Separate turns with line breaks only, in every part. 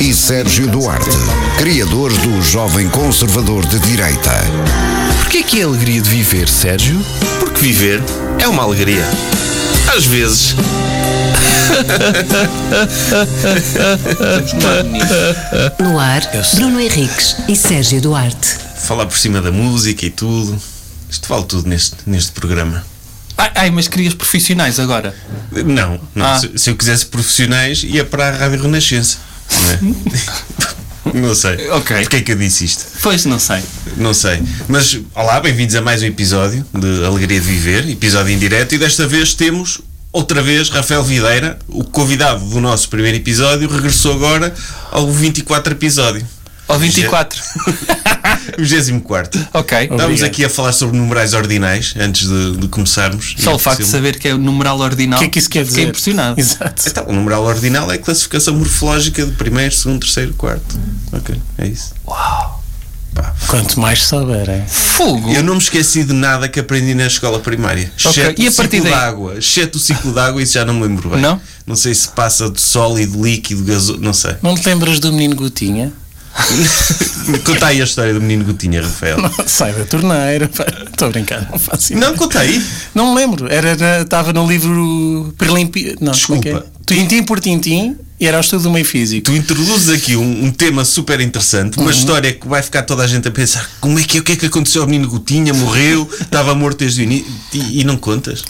e Sérgio Duarte, criadores do Jovem Conservador de Direita.
Porquê que é a alegria de viver, Sérgio?
Porque viver é uma alegria. Às vezes.
No ar, Bruno Henriques e Sérgio Duarte.
Falar por cima da música e tudo. Isto vale tudo neste, neste programa.
Ai, ai, mas querias profissionais agora.
Não, não.
Ah.
Se, se eu quisesse profissionais, ia para a Rádio Renascença. Não, é? não sei.
Ok.
Porquê é que eu disse isto?
Pois não sei.
Não sei. Mas, olá, bem-vindos a mais um episódio de Alegria de Viver, episódio em direto, e desta vez temos outra vez Rafael Videira, o convidado do nosso primeiro episódio, regressou agora ao 24 episódio.
Ou 24.
24.
ok.
Estávamos aqui a falar sobre numerais ordinais antes de, de começarmos.
Só o facto de saber que é o numeral ordinal.
O que é que isso quer dizer?
Fiquei impressionado.
Exato.
Então, o numeral ordinal é a classificação morfológica de primeiro, segundo, terceiro, quarto. Ok, é isso.
Quanto mais souber, é.
Fogo!
Eu não me esqueci de nada que aprendi na escola primária. Exceto
E a
o
partir
ciclo
daí?
de água. Exceto o ciclo de água, isso já não me lembro bem.
Não?
Não sei se passa de sólido, líquido, gasoso, não sei.
Não te lembras do menino Gotinha?
Conta aí a história do menino Gotinha, Rafael. Não,
Sai da torneira. pá. Estou a brincar, não faço ideia.
conta aí.
Não me lembro. Era na- Estava no livro Prelimpi... Não, como é que é?
Desculpa.
Tintim por Tintim e era o estudo do meio físico.
Tu introduzes aqui um, um tema super interessante, uma história que vai ficar toda a gente a pensar como é que é, o que é que aconteceu ao menino Gotinha, morreu, estava morto desde o início e, e não contas.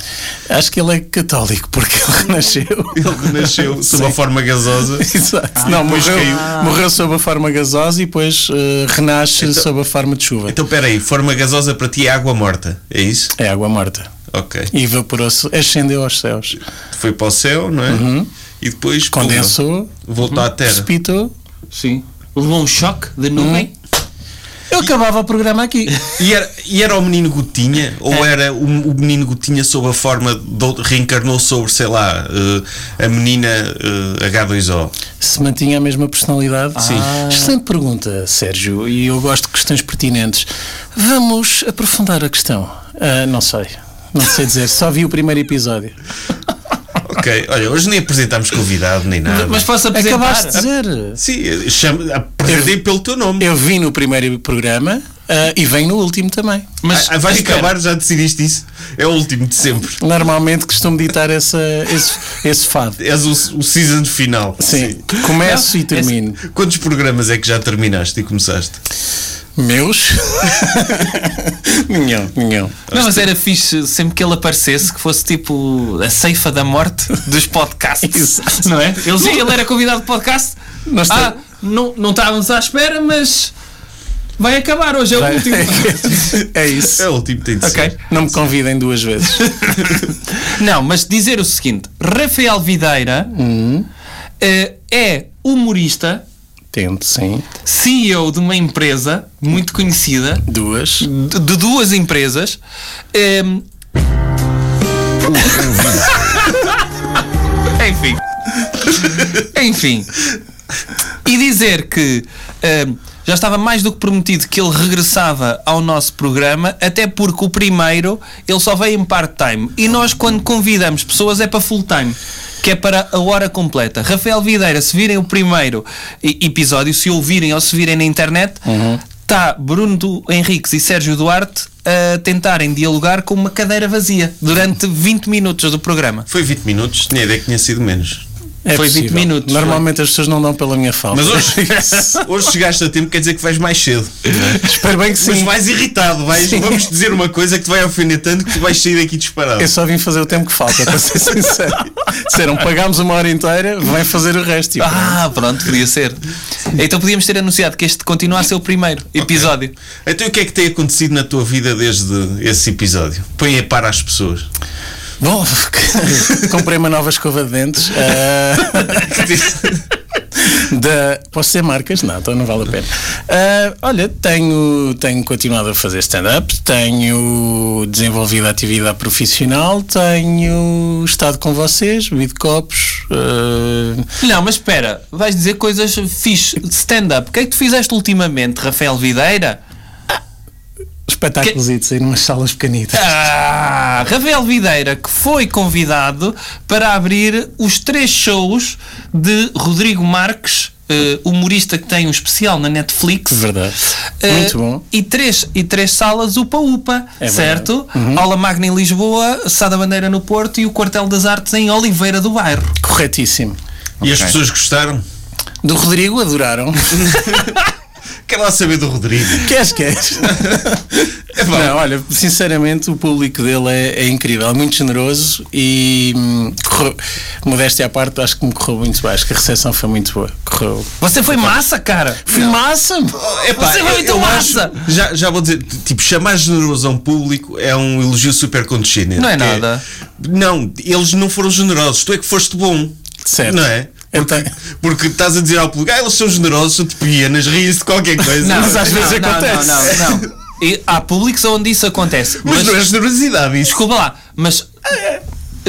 Acho que ele é católico porque ele renasceu. Ah,
Ele renasceu sob a forma gasosa.
Exato. não,
depois
morreu,
caiu.
morreu sob a forma gasosa e depois eh, renasce sob a forma de chuva.
Então peraí, forma gasosa para ti é água morta, é isso?
É água morta.
Ok.
E evaporou-se, ascendeu aos céus.
Foi para o céu, não é? E depois pum,
Condensou,
voltou à terra.
precipitou.
Sim. Levou um choque
Hum?
de nuvem.
Eu acabava o programa aqui.
E era, e era o menino Gotinha? Ou era o, o menino Gotinha sob a forma de outro- reencarnou sobre, sei lá, eh, a menina eh, H2O?
Se mantinha a mesma personalidade? Ah. Sim. Excelente pergunta, Sérgio, e eu gosto de questões pertinentes. Vamos aprofundar a questão. Ah, não sei. Não sei dizer, só vi o primeiro episódio.
Ok, olha, hoje nem apresentámos convidado nem nada.
Mas posso apresentar?
Acabaste de dizer.
Sim, eu chamo, apresentei pelo teu nome.
Eu vi no primeiro programa ah, e venho no último também.
Mas
Ah, ah, vais
espera.
acabar, já decidiste isso. É o último de sempre.
Normalmente costumo ditar essa, esse, esse fado.
És o, o season final.
Sim, começo e termino.
Quantos programas é que já terminaste e começaste?
Meus? nenhum, nenhum.
Não, mas era fixe sempre que ele aparecesse, que fosse tipo a ceifa da morte dos podcasts.
Exato.
não é? Ele, ele era convidado de podcast.
Nós
ah,
tam-
não, não estávamos à espera, mas vai acabar hoje, é o último.
É isso.
É o último, tem de
Ok.
ser.
Não me convidem duas vezes.
Não, mas dizer o seguinte: Rafael Videira eh, é humorista,
Tento, sim.
CEO de uma empresa muito conhecida,
Duas.
de, de duas empresas. ehm, em- enfim. Enfim. E dizer que hum, já estava mais do que prometido que ele regressava ao nosso programa, até porque o primeiro ele só veio em part-time. E nós, quando convidamos pessoas, é para full-time, que é para a hora completa. Rafael Videira, se virem o primeiro e- episódio, se ouvirem ou se virem na internet, está Bruno Du- Henriques e Sérgio Duarte a tentarem dialogar com uma cadeira vazia durante 20 minutos do programa.
Foi 20 minutos, tinha ideia que tinha sido menos.
É
Foi 20 minutos,
Normalmente as pessoas não dão pela minha falta.
Mas hoje, hoje chegaste a tempo, quer dizer que vais mais cedo.
Espero bem que
Mas
sim.
vais irritado, vais, vamos dizer uma coisa que te vai ofender tanto que tu vais sair daqui disparado.
Eu só vim fazer o tempo que falta, para ser sincero. Disseram, pagámos uma hora inteira, vem fazer o resto. E eu,
Ah, pronto, podia ser. Então podíamos ter anunciado que este continua a ser o primeiro episódio.
Então o que é que tem acontecido na tua vida desde esse episódio? Põe a par às pessoas.
Bom, comprei uma nova escova de dentes. ah, da, posso ser marcas? Não, então não vale a pena. Ah, olha, tenho, tenho continuado a fazer stand-up, tenho desenvolvido a atividade profissional, tenho estado com vocês, bebido copos. ah,
Não, mas espera, vais dizer coisas fixe de stand-up. O que é que tu fizeste ultimamente, Rafael Videira?
espetáculos e de sair umas salas pequenitas.
Ah, Rafael Videira, que foi convidado para abrir os três shows de Rodrigo Marques eh, humorista que tem um especial na Netflix.
Verdade.
Eh,
Muito bom.
E três, e três salas Upa Upa,
É verdade.
certo? Aula Magna em Lisboa, Sá da Bandeira no Porto e o Quartel das Artes em Oliveira do Bairro.
Corretíssimo.
E as pessoas gostaram?
Do Rodrigo adoraram.
Quero lá saber do Rodrigo.
queres, queres?
Epá.
Não, olha, sinceramente o público dele é, é incrível, é muito generoso e hum, correu, modéstia à parte, acho que me correu muito bem, acho que a recepção foi muito boa. Correu.
Você foi massa, cara!
Foi massa! meu.
Oh, Epá,
Você
eu-
vai muito
eu
massa!
acho- já, já vou dizer, t- tipo, chamar generoso a um público é um elogio super condescendente.
Não
que
é nada.
Não, eles não foram generosos. Tu é que foste bom.
Certo.
Não é? Porque,
Então-
porque estás a dizer ao público, ah, eles são generosos, são tipo hienas, riem-se de qualquer coisa.
Não,
Mas às
não,
vezes
não,
acontece.
Não, não, não. E há públicos onde isso acontece.
mas, não é generosidade isso.
Desculpa lá, mas.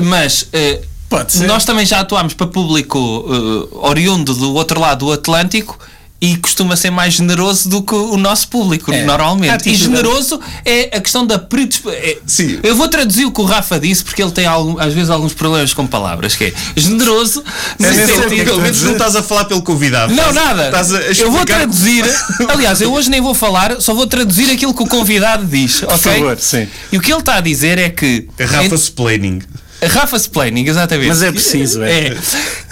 Mas. eh,
Pode ser.
Nós também já atuámos para público eh, oriundo do outro lado do Atlântico e costuma ser mais generoso do que o nosso público,
É. A
normalmente. E
atitude-
generoso é a questão da predisp... é-
Sim.
Eu vou traduzir o que o Rafa disse porque ele tem algum- às vezes alguns problemas com palavras, que é generoso no
É nesse
sentido-
sentido, pelo menos não estás a falar pelo convidado.
Não,
Estás-
nada.
estás a
Eu vou
explicar- é
traduzir. Aliás, eu hoje nem vou falar, só vou traduzir aquilo que o convidado diz, ok?
favor, sim.
E o que ele está a dizer é que.
Rafa Splaining.
Ent- Rafa Splaining, exatamente.
Mas é preciso, é.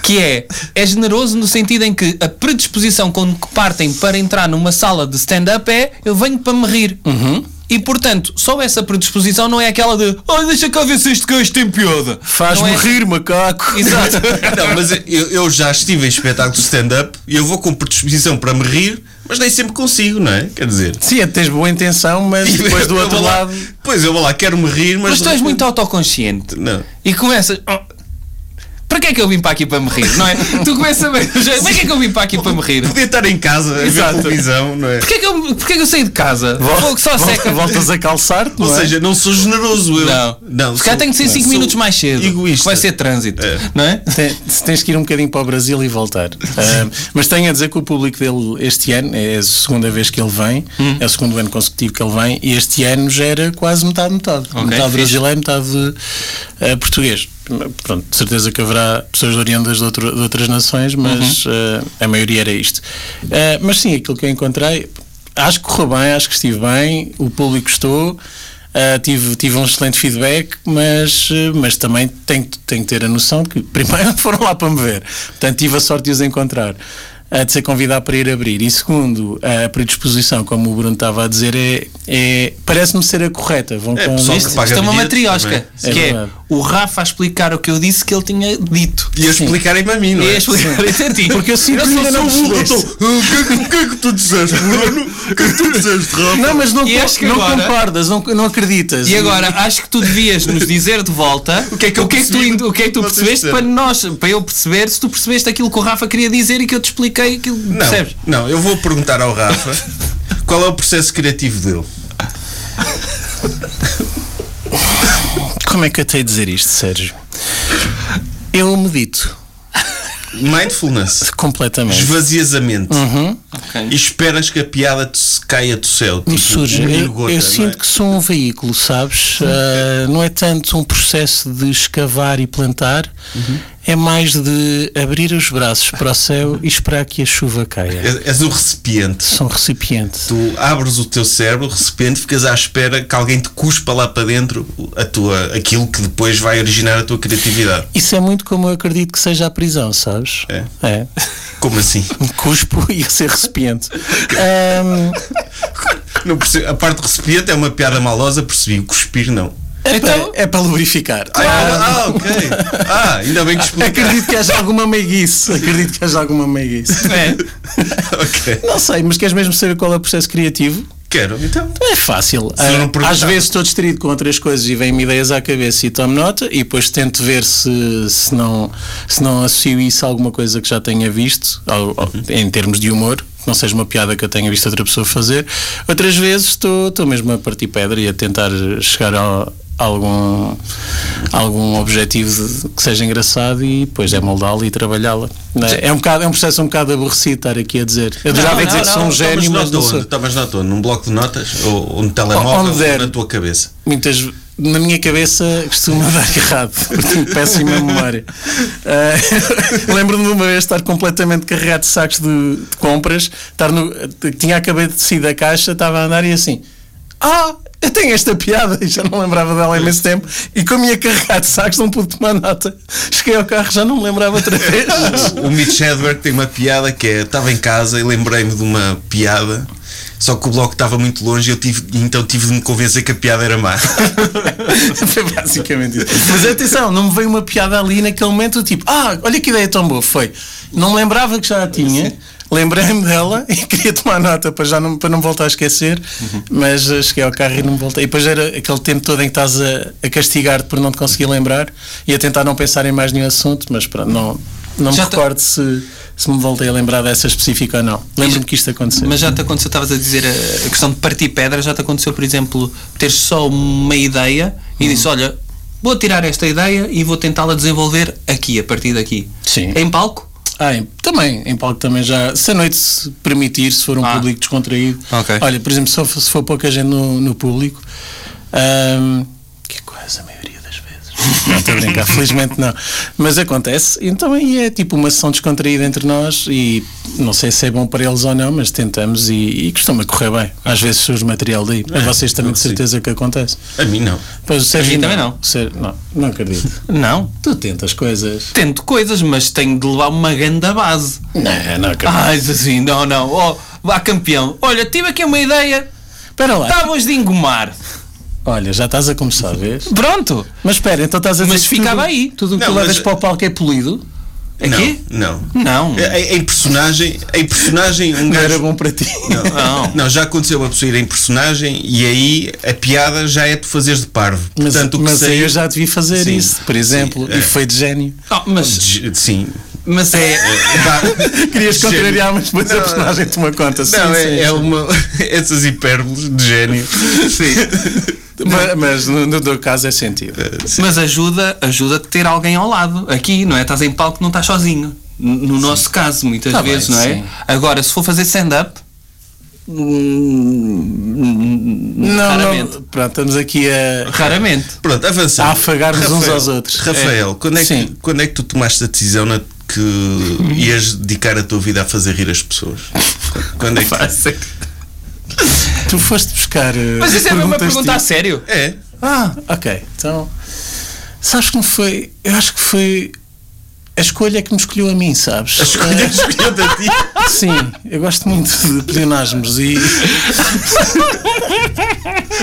Que é, é generoso no sentido em que a predisposição com que partem para entrar numa sala de stand-up é eu venho para me rir. E portanto, só essa predisposição não é aquela de oh, deixa cá ver se este gajo tem piada.
Faz-me
Não é-
rir, macaco!
Exato.
Não, Então, mas eu, eu já estive em espetáculo de stand-up e eu vou com predisposição para me rir, mas nem sempre consigo, não é? Quer dizer.
Sim, é, tens boa intenção, mas depois do
Eu
outro
vou lá-
lado.
Pois eu vou lá, quero me rir, mas. eh,
Mas tu és muito autoconsciente.
Não.
E começas. "Oh, para que é que eu vim para aqui para me rir? Não é? tu começas a ver. Para que é que eu vim para aqui para me rir?
Podia estar em casa a
Exato.
ver televisão, não é?
Porquê é que eu, porquê é que eu saí de casa? Fogo só
Vol-
seca.
Voltas a calçar-te, não
Ou
é?
seja, não sou generoso eu.
Não.
não
Se calhar
sou-
tenho que ser 5
sou
minutos mais cedo.
Egoísta.
Vai ser trânsito.
É.
Não é?
Tem- se tens que ir um bocadinho para o Brasil e voltar. Ah, mas tenho a dizer que o público dele este ano, é a segunda vez que ele vem, é o segundo ano consecutivo que ele vem, e este ano já era quase metade, metade.
Ok,
metade
fixe.
brasileiro, é metade ah, português. Pronto, de certeza que haverá pessoas oriundas de, outro- de outras nações, mas
Uhum.
ah, a maioria era isto. Ah, mas sim, aquilo que eu encontrei, acho que correu bem, acho que estive bem, o público gostou. Uh, tive, tive um excelente feedback, mas, uh, mas também tenho, que- tenho que ter a noção de que primeiro foram lá para me ver, portanto tive a sorte de os encontrar, uh, de ser convidado para ir abrir. E segundo, uh, a predisposição, como o Bruno estava a dizer, é, é- parece-me ser a correta. Vão
É,
com- um
pessoal que
Isto,
paga
isto é uma
bilhete
matriosca.
também.
que
É
é,
verdade.
o Rafa a explicar o que eu disse que ele tinha dito.
E a explicarem-me a mim, não
E
é?
a explicar isso a ti.
Porque eu sinto
Eu
que
sou
ainda não
só um burro,
percebeste.
Então, o que, é que- o que é que tu disseste, Bruno? O que é que tu disseste, Rafa?
Não, mas não,
E acho que
não
agora-
concordas, não, não acreditas.
E agora, acho que tu devias nos dizer de volta o
que é que eu percebi
tu, o que é que tu
que vocês
percebeste para
disseram.
nós, para eu perceber se tu percebeste aquilo que o Rafa queria dizer e que eu te expliquei aquilo,
Não,
percebes?
não, eu vou perguntar ao Rafa qual é o processo criativo dele.
Como é que eu tenho de dizer isto, Sérgio? Eu medito
Mindfulness.
completamente.
Esvaziazamento.
Uhum.
E esperas que a piada te se caia do céu.
me
tipo,
surge.
um
Eu-
milho
Eu,
gota, não é?
sinto que sou um veículo, sabes?
Uhum.
Ah, não é tanto um processo de escavar e plantar,
Uhum.
é mais de abrir os braços para o céu e esperar que a chuva caia.
És- És um recipiente.
Sou um recipiente.
Tu abres o teu cérebro, o recipiente, ficas à espera que alguém te cuspa lá para dentro a tua, aquilo que depois vai originar a tua criatividade.
Isso é muito como eu acredito que seja a prisão, sabes?
É.
É.
Como assim?
Um cuspo e a ser recipiente. Ahm,
Não percebo. A parte do recipiente é uma piada malosa, percebi. O cuspir não.
é, para-
Então-
é para lubrificar.
Ah, ah, ok. Ah, ainda bem que explicaste.
Acredito que haja alguma meiguice. Acredito que haja alguma meiguice.
É.
Ok.
Não sei, mas queres mesmo saber qual é o processo criativo?
Quero, então.
É fácil.
Se eu não
Ah,
perguntar-
Às vezes estou distraído com outras coisas e vêm-me ideias à cabeça e tomo nota e depois tento ver se, se, não, se não associo isso a alguma coisa que já tenha visto, ao- ao- em termos de humor, que não seja uma piada que eu tenha visto outra pessoa fazer. Outras vezes estou, estou mesmo a partir pedra e a tentar chegar a algum, a algum objetivo de- que seja engraçado e depois é moldá-la e trabalhá-la. Não é? É um, bocado, é um processo um bocado aborrecido estar aqui a dizer. Eu já vou
não,
dizer que
não,
sou um
não,
gênio,
Estavas
mas não
nota
sou.
onde? Estavas nota onde? Num bloco de notas? Ou, ou no telemóvel?
Onde der.
ou na tua cabeça?
muitas na minha cabeça costuma dar errado, porque tenho péssima memória. Ah, Lembro-me de uma vez estar completamente carregado de sacos de, de compras, estar no, tinha acabado de sair da caixa, estava a andar e assim, ah, eu tenho esta piada, e já não lembrava dela há imenso tempo, e com a minha carregada de sacos não pude tomar nota. Cheguei ao carro, já não me lembrava outra vez.
O Mitch Hedberg tem uma piada que é: estava em casa e lembrei-me de uma piada, só que o bloco estava muito longe e eu tive, então tive de me convencer que a piada era má.
Foi basicamente isso. Mas atenção, não me veio uma piada ali naquele momento, tipo, ah, olha que ideia tão boa, foi. Não me lembrava que já a tinha, lembrei-me dela e queria tomar nota para, já não, para não voltar a esquecer, mas eh, cheguei ao carro e não me voltei. E depois era aquele tempo todo em que estás a, a castigar-te por não te conseguir lembrar e a tentar não pensar em mais nenhum assunto, mas pronto, não, não me
Já te-
recordo se, se me voltei a lembrar dessa específica ou não. Lembro-me que isto aconteceu.
Mas já te aconteceu, estavas a dizer a, a questão de partir pedra, já te aconteceu, por exemplo, teres só uma ideia e
Uhum.
dizes, olha, vou tirar esta ideia e vou tentá-la desenvolver aqui, a partir daqui.
Sim.
Em palco?
Ah, em- também, em palco também já. Se a noite se permitir, se for um
Ah.
público descontraído.
Ok.
Olha, por exemplo, se for, se for pouca gente no, no público, ahm, que é quase a maioria das vezes. Não estou a brincar, felizmente não. Mas acontece, então aí é tipo uma sessão descontraída entre nós e não sei se é bom para eles ou não, mas tentamos e, e costuma correr bem. Às vezes surge material daí.
É,
A vocês também de certeza que acontece.
A mim não.
Pois o Sérgio
também não.
O Sérgio- não, não acredito.
Não.
tu tentas coisas.
Tento coisas, mas tenho de levar uma grande base.
Não, não
É.
acredito.
Ah, isso assim, não, não. Oh, vá campeão. Olha, tive aqui uma ideia.
Espera lá.
Estavas de engomar.
Olha, já estás a começar, vês?
Pronto.
Mas espera, então estás a dizer
Mas
que
ficava
tudo-
aí.
Tudo o que
Não,
tu levas
mas-
para o palco é polido. É
Aqui?
Não. não. É,
Não.
Em, em personagem, em personagem, um
Não
gajo.
era bom para ti.
Não.
Não. não, já aconteceu uma pessoa ir em personagem e aí a piada já é tu fazeres de parvo.
Mas,
Portanto, o que
mas aí
saiu-
eu já devia fazer
Sim.
isso, por exemplo,
Sim, é.
e foi de gênio.
Oh, mas,
Des- Sim.
mas é.
Vá.
Querias
Gênio.
contrariar, mas depois a
Não,
personagem toma conta. Sim,
Não, é,
sim,
é
sim.
uma. Essas hipérboles de gênio.
Mas, mas no, no teu caso é sentido.
Mas ajuda, ajuda a ter alguém ao lado. Aqui, não é? Estás em palco, não estás sozinho. N- No nosso caso, muitas
Tá
vezes,
bem,
não é?
sim.
Agora, se for fazer stand-up.
Hum, Não,
Raramente.
não. hum, Pronto, estamos aqui a,
Raramente.
Pronto, avançamos.
a afagar-nos uns
Rafael,
aos outros.
Rafael, quando, é que,
Sim. Uhum.
quando é que tu tomaste a decisão na- que ias dedicar a tua vida a fazer rir as pessoas? Quando é que.
Tu foste buscar. eh,
Mas isso é mesmo a
perguntas
pergunta a
tipo-
sério.
É.
Ah, ok. Então, sabes como foi? Eu acho que foi a escolha que me escolheu a mim, sabes?
A escolha
Eh,
escolhida a ti.
Sim, eu gosto muito de pleonasmos e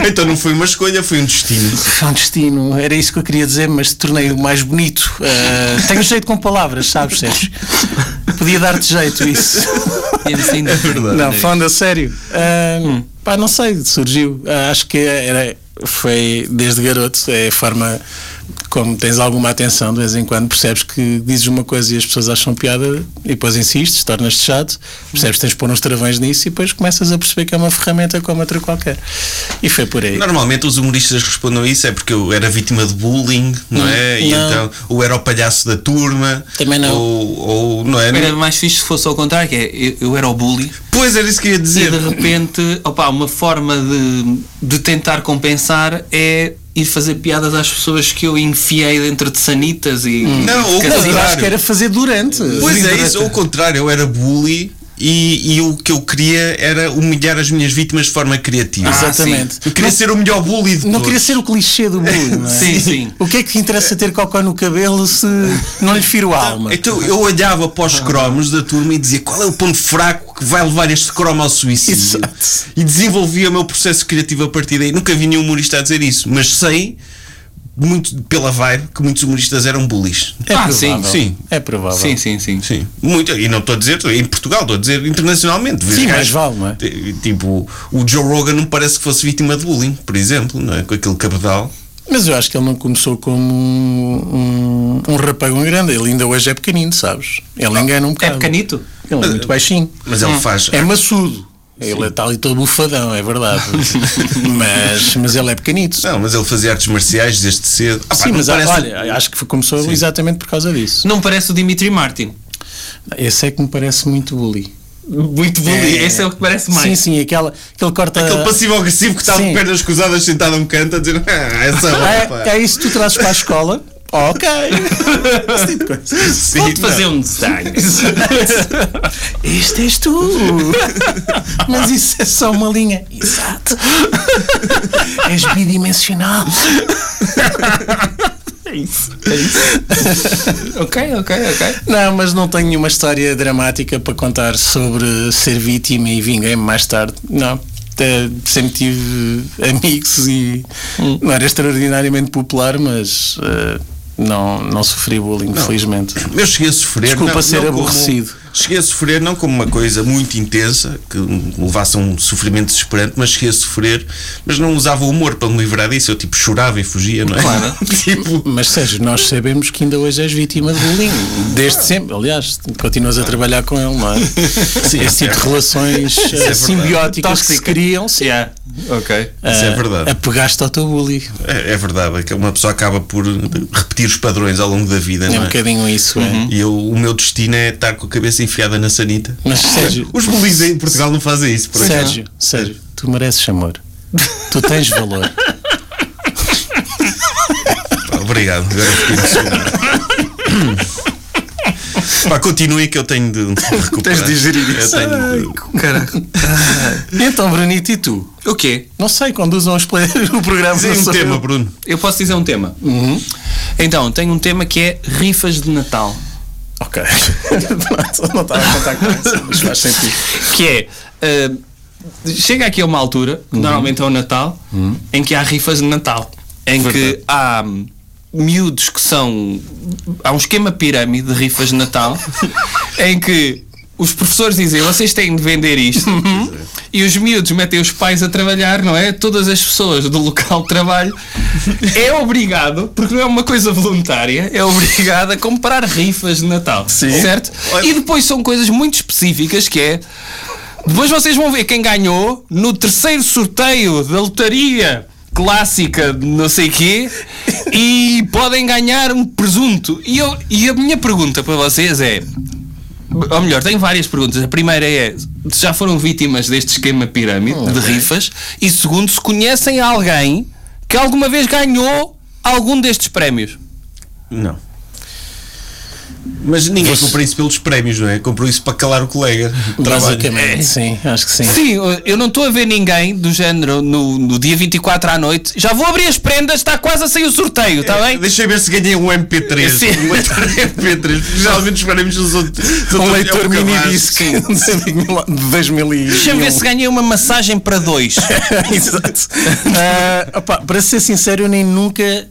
Então não foi uma escolha, foi um destino.
foi um destino, era isso que eu queria dizer, mas tornei o mais bonito. Ah, tenho jeito com palavras, sabes, Sérgio? Podia dar-te jeito isso.
É verdade.
Não, falando a sério, ah, pá, não sei, surgiu. Ah, acho que era, foi desde garoto, é a forma como tens alguma atenção de vez em quando, percebes que dizes uma coisa e as pessoas acham piada e depois insistes, tornas-te chato, percebes que tens de pôr uns travões nisso e depois começas a perceber que é uma ferramenta como outra qualquer. E foi por aí.
Normalmente os humoristas que respondam isso é porque eu era vítima de bullying, não é? E
Hum, Não.
então, ou era o palhaço da turma.
Também não.
Ou, ou não é?
Era mais fixe se fosse ao contrário, que é eu, eu era o bully
Pois era isso que eu ia
e
dizer.
de repente, opa, uma forma de, de tentar compensar é ir fazer piadas às pessoas que eu enfiei dentro de sanitas e.
Hum. Não, ou o
é
Não, eu acho
contrário.
que era fazer durante.
Pois é,
Durante.
isso, ou o contrário, eu era bully e, e o que eu queria era humilhar as minhas vítimas de forma criativa.
Exatamente.
Eu queria ser o melhor bully de
Não
Ah, todos.
queria ser o clichê do bullying, não é?
Sim, sim.
O que é que interessa ter cocó no cabelo se não lhe firo a alma?
Então eu olhava para os cromos da turma e dizia qual é o ponto fraco que vai levar este cromo ao suicídio.
Exato.
E desenvolvia o meu processo criativo a partir daí. Nunca vi nenhum humorista a dizer isso, mas sei, muito pela vibe, que muitos humoristas eram bullies.
É
Ah,
provável.
sim,
sim.
É provável.
Sim, sim, sim.
Sim, muito, e não estou a dizer em Portugal, estou a dizer internacionalmente. Vês
Sim,
gajos-
mais vale, não é?
t- Tipo, o Joe Rogan não parece que fosse vítima de bullying, por exemplo, não é? Com aquele cabedal.
Mas eu acho que ele não começou como um, um, um rapagão grande. Ele ainda hoje é pequenino, sabes? Ele engana um
É
bocado.
pequenito.
Ele é muito baixinho.
Mas ele faz.
É maçudo. Ele está ali todo bufadão, é verdade. mas, mas ele é pequenito.
Ah,
Não, mas ele fazia artes marciais desde cedo. Ah, pá,
Sim,
não
mas
parece-
olha, acho que começou exatamente por causa disso.
Não parece o Dimitri Martin.
Esse é que me parece muito bully.
Muito bully, esse é o que parece mais.
Sim, sim, aquela, aquele corta.
Aquele passivo-agressivo que está de
Ah, Sim.
pernas cruzadas sentado a um canto a dizer "Ah, essa roupa.
É, é isso que tu trazes para a escola. ok. Esse tipo de coisa.
Sim,
Vou-te
não.
fazer um desenho.
Este és tu. Mas isso é só uma linha. Exato. És bidimensional.
É Ok, ok, ok.
Não, mas não tenho nenhuma história dramática para contar sobre ser vítima e vinguei-me mais tarde. Não. Eh, Sempre tive amigos e não era extraordinariamente popular, mas eh, não, não sofri bullying, felizmente.
Eu cheguei a sofrer.
Desculpa
não,
ser
não como-
aborrecido.
cheguei a sofrer não como uma coisa muito intensa, que me levasse a um sofrimento desesperante, mas cheguei a sofrer, mas não usava o humor para me livrar disso. Eu tipo chorava e fugia, não é?
Claro.
tipo,
Mas Sérgio, nós sabemos que ainda hoje és vítima de bullying, desde sempre. Aliás, continuas a trabalhar com ele, não é? Esse tipo de relações eh,
é verdade.
simbióticas que se
Tóxica.
criam, sim.
Yeah, ok.
isso é
Ah,
verdade.
Apegaste ao teu bullying.
É, é verdade, é que uma pessoa acaba por repetir os padrões ao longo da vida,
É um
não é?
bocadinho isso, é.
E eu, o meu destino é estar com a cabeça enfiada na sanita.
Mas Sérgio,
Os bolis em Portugal não fazem isso, por acaso.
Sérgio, Sérgio, tu mereces amor. Tu tens valor.
Pá, Obrigado. Agora fiquei emocionado. Pá, continuem que eu tenho de recuperar.
Tens de digerir
Eu
isso.
tenho de-
Caraca.
Então, Brunito, e tu?
O quê?
Não sei, conduzam os play- o programa.
Dizem
não
um
sou
tema,
eu.
Bruno.
Eu posso dizer um tema?
Uhum.
Então, tenho um tema que é rifas de Natal.
Ok. Pronto, não estava a contar com isso, mas faz sentido.
Que é. ah, chega aqui a uma altura, que normalmente é o Natal, em que há rifas de Natal. Em que há hum, miúdos que são. Há um esquema pirâmide de rifas de Natal em que. Os professores dizem, vocês têm de vender isto. E os miúdos metem os pais a trabalhar, não é? Todas as pessoas do local de trabalho é obrigado, porque não é uma coisa voluntária, é obrigado a comprar rifas de Natal. Certo? E depois são coisas muito específicas que é depois vocês vão ver quem ganhou no terceiro sorteio da lotaria clássica de não sei quê e podem ganhar um presunto. E, eu, e a minha pergunta para vocês é. Ou melhor, tenho várias perguntas. A primeira é: se já foram vítimas deste esquema pirâmide de rifas? E segundo, se conhecem alguém que alguma vez ganhou algum destes prémios?
Não. Mas ninguém compra isso pelos prémios, não é? Comprou isso para calar o colega. de trabalho. É.
Basicamente, sim, acho que sim.
Sim, eu não estou a ver ninguém do género no, no dia 24 à noite. Já vou abrir as prendas, está quase a sair o sorteio, está Tá bem?
É. Deixa eu ver se ganhei um MP3.
Sim.
Um leitor MP3. porque Geralmente os prémios não são. são
Um
todos- é
leitor
bocado
mini
mais.
disc de 2001.
Deixa-me ver se ganhei uma massagem para dois.
Exato. Ah, opá, para ser sincero, eu nem nunca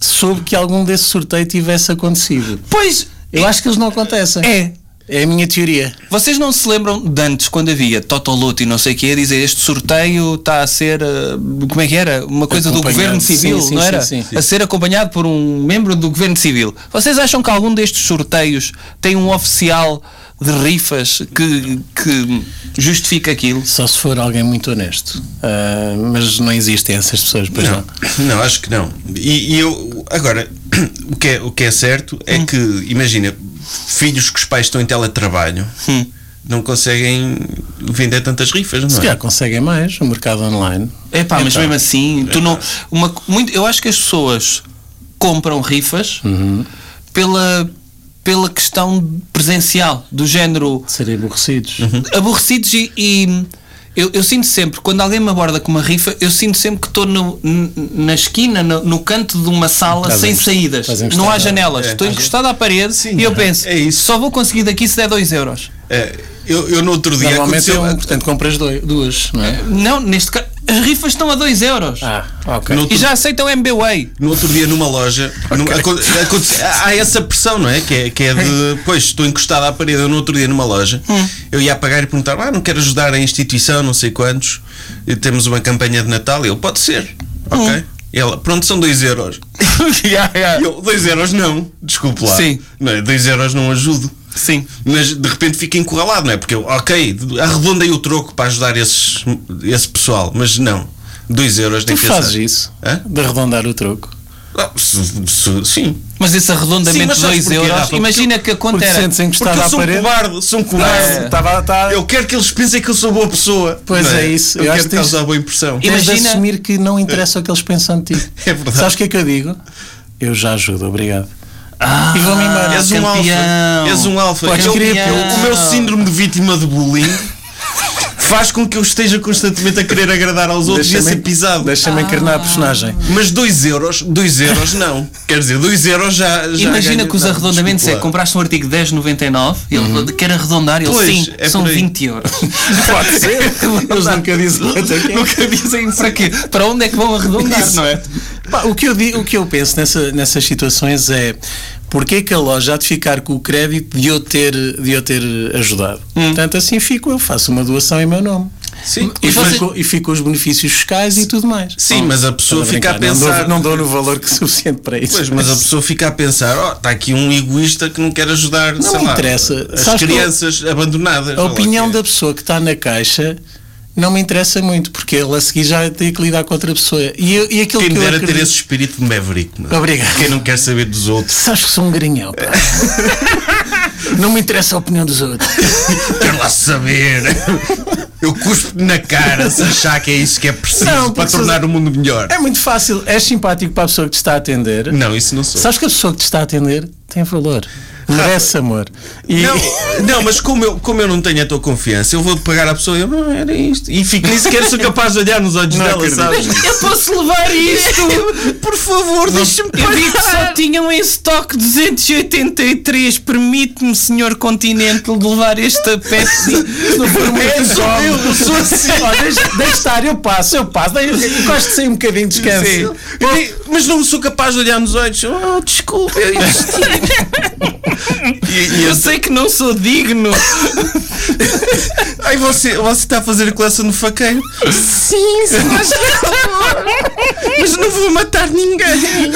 soube que algum desse sorteio tivesse acontecido.
Pois,
Eu acho que eles não acontecem.
é.
É a minha teoria.
Vocês não se lembram de antes, quando havia Totoloto e não sei o que, dizer este sorteio está a ser, ah, como é que era? Uma coisa do
Acompanhado.
Governo Civil,
Sim, sim,
não
sim,
era?
sim, sim.
A ser acompanhado por um membro do Governo Civil. Vocês acham que algum destes sorteios tem um oficial de rifas que, que justifica aquilo?
Só se for alguém muito honesto. Ah, mas não existem essas pessoas, pois não.
Não, não, acho que não. E, e eu, agora, o que é, o que é certo é
Hum.
que, imagina, filhos que os pais estão em teletrabalho
Hum.
não conseguem vender tantas rifas, não
Se
é?
calhar conseguem mais no mercado online.
É pá, mas
Então.
mesmo assim, tu não. Uma, co- muito, eu acho que as pessoas compram rifas
Uhum.
pela, pela questão presencial, do género
Serem aborrecidos.
Uhum.
Uhum.
aborrecidos e. e eu, eu sinto sempre, quando alguém me aborda com uma rifa, eu sinto sempre que estou no- n- na esquina, no, no canto de uma sala
Estás
sem
encostado-
saídas.
estás
Não há
encostado.
janelas.
É.
Estou encostado à parede
Sim,
e eu penso,
é isso.
só vou conseguir daqui se der 2 euros.
É, eu, eu no outro dia
Normalmente é
aconteceu.
um, portanto compras doi- duas, não é?
Não, neste caso, as rifas estão a 2 euros.
Ah, ok.
No
E
outro,
já aceitam MBWay.
no outro dia numa loja num- aconte- aconte- há há essa pressão, não é? Que é, que é de pois estou encostado à parede. Eu no outro dia numa loja
Hum.
eu ia pagar e perguntar: ah, não quero ajudar a instituição, não sei quantos. E temos uma campanha de Natal. E ele pode ser, ok?
Hum.
E ela, pronto, são 2 euros.
Yeah, yeah.
E Eu, 2 euros não, desculpe lá.
Sim.
2 euros não ajudo.
Sim.
Mas de repente fica encurralado, não é? Porque eu, ok, arredondei o troco para ajudar esses, esse pessoal, mas não. 2 euros nem
Tu
pensar.
fazes isso
Hã?
de arredondar o troco.
Ah, se- se- sim.
Mas esse
Sim,
arredondamento
mas
de
sabes
2
porquê,
euros,
Rafa?
imagina que a conta
Porque
era.
sentes encostado
Porque eu
à
sou um
parede.
cobarde, sou um cobarde.
Estava a estar.
Eu quero que eles pensem que eu sou boa pessoa.
Pois
Não
é isso.
Eu,
Eu acho
quero
que tens-
causar boa impressão.
E-
Tens de
Imagina-
assumir que não interessa o que eles pensam de ti.
É verdade.
Sabes o que é que eu digo? Eu já ajudo, obrigado. e vou-me embora.
És um
campeão.
alfa. És um alfa.
Podes
Eu-
crer,
eu-
pô.
o meu síndrome de vítima de bullying faz com que eu esteja constantemente a querer agradar aos outros e a ser pisado. Ah.
Deixa-me encarnar a personagem.
Mas 2 euros, 2 euros não. Quer dizer, 2 euros já. já
Imagina
ganho-
que os
não,
arredondamentos é
desculpa lá.
compraste um artigo 10,99 ele quer arredondar, ele
Pois,
sim,
é
são
por aí.
20 euros.
Pode ser. Eles nunca dizem quanto é que é.
Nunca dizem para quê? Para onde é que vão arredondar, não é?
Pá, o, que eu di- o que eu penso nessa- nessas situações é porque é que a loja há de ficar com o crédito de eu ter, de eu ter ajudado?
Hum.
Portanto, assim fico eu, faço uma doação em meu nome.
Sim,
E,
mas-
fico, e fico os benefícios fiscais e tudo mais.
Sim, mas a pessoa
Estou
fica a
Oh, brincar,
pensar-
Não dou, não dou no valor que é suficiente para isso.
Pois, mas a pessoa fica a pensar, ó, está aqui um egoísta que não quer ajudar, sei
me
lá,
interessa.
as
Sabes que
crianças abandonadas.
A
sei lá,
opinião
que- é.
da pessoa que está na caixa não me interessa muito, porque ele a seguir já tem que lidar com outra pessoa. E, eu- e aquilo
Quem
que
me
eu
dera ter
acredito-
esse espírito de maverick, mano.
Obrigado.
Quem não quer saber dos outros.
Sabes que sou um grinhão, pá. Não me interessa a opinião dos outros.
Quero lá saber. Eu cuspo na cara se achar que é isso que é preciso
Não, porque
para
sou-
tornar o mundo melhor.
É muito fácil. És simpático para a pessoa que te está a atender.
Não, isso não sou.
Sabes que a pessoa que te está a atender tem valor. Merece amor. E
Ah, Não, não, mas como eu, como eu não tenho a tua confiança, eu vou pagar a pessoa e eu não era isto. E fico, nem sequer sou capaz de olhar nos olhos dela, sabes?
Eu posso levar isto! Por favor, deixa-me Eu vi que só tinham em estoque 283. Permite-me, senhor Continente, levar esta peça no formato
sou eu, eu sou assim. Ó, deixa, deixa estar, eu passo, eu passo. Deixa- Gosto de sair um bocadinho de descanso.
Sim. Nem- Mas não sou capaz de olhar nos olhos. Oh, desculpa, eu insisti. e, e eu
Eu sei que não sou digno.
Ai, você, você está a fazer a coleção no faqueiro? Sim, sim, mas Mas não vou matar ninguém.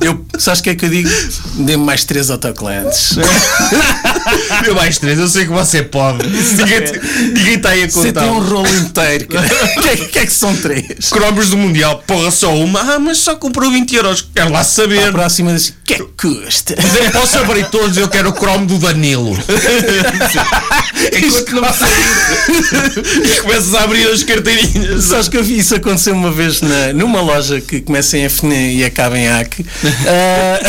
Eu, sabes o que é que eu digo? Dê-me mais três autocolantes.
Meu mais três, eu sei que você pode. Ninguém- Ninguém está aí a
Você tem
contar.
um rolo inteiro. cara. O que, é, que- que é que são três?
Cromos do Mundial, porra, só uma. Ah, mas só comprou 20 euros. Quero lá
A
saber.
próxima diz: o que é que custa?
Dei para os abritones, eu quero o cromo do Danilo. Enquanto É não sair. E começas a abrir as carteirinhas.
Sabes que eu vi isso acontecer uma vez na- numa loja que começa em FNE e acaba em AC, ah,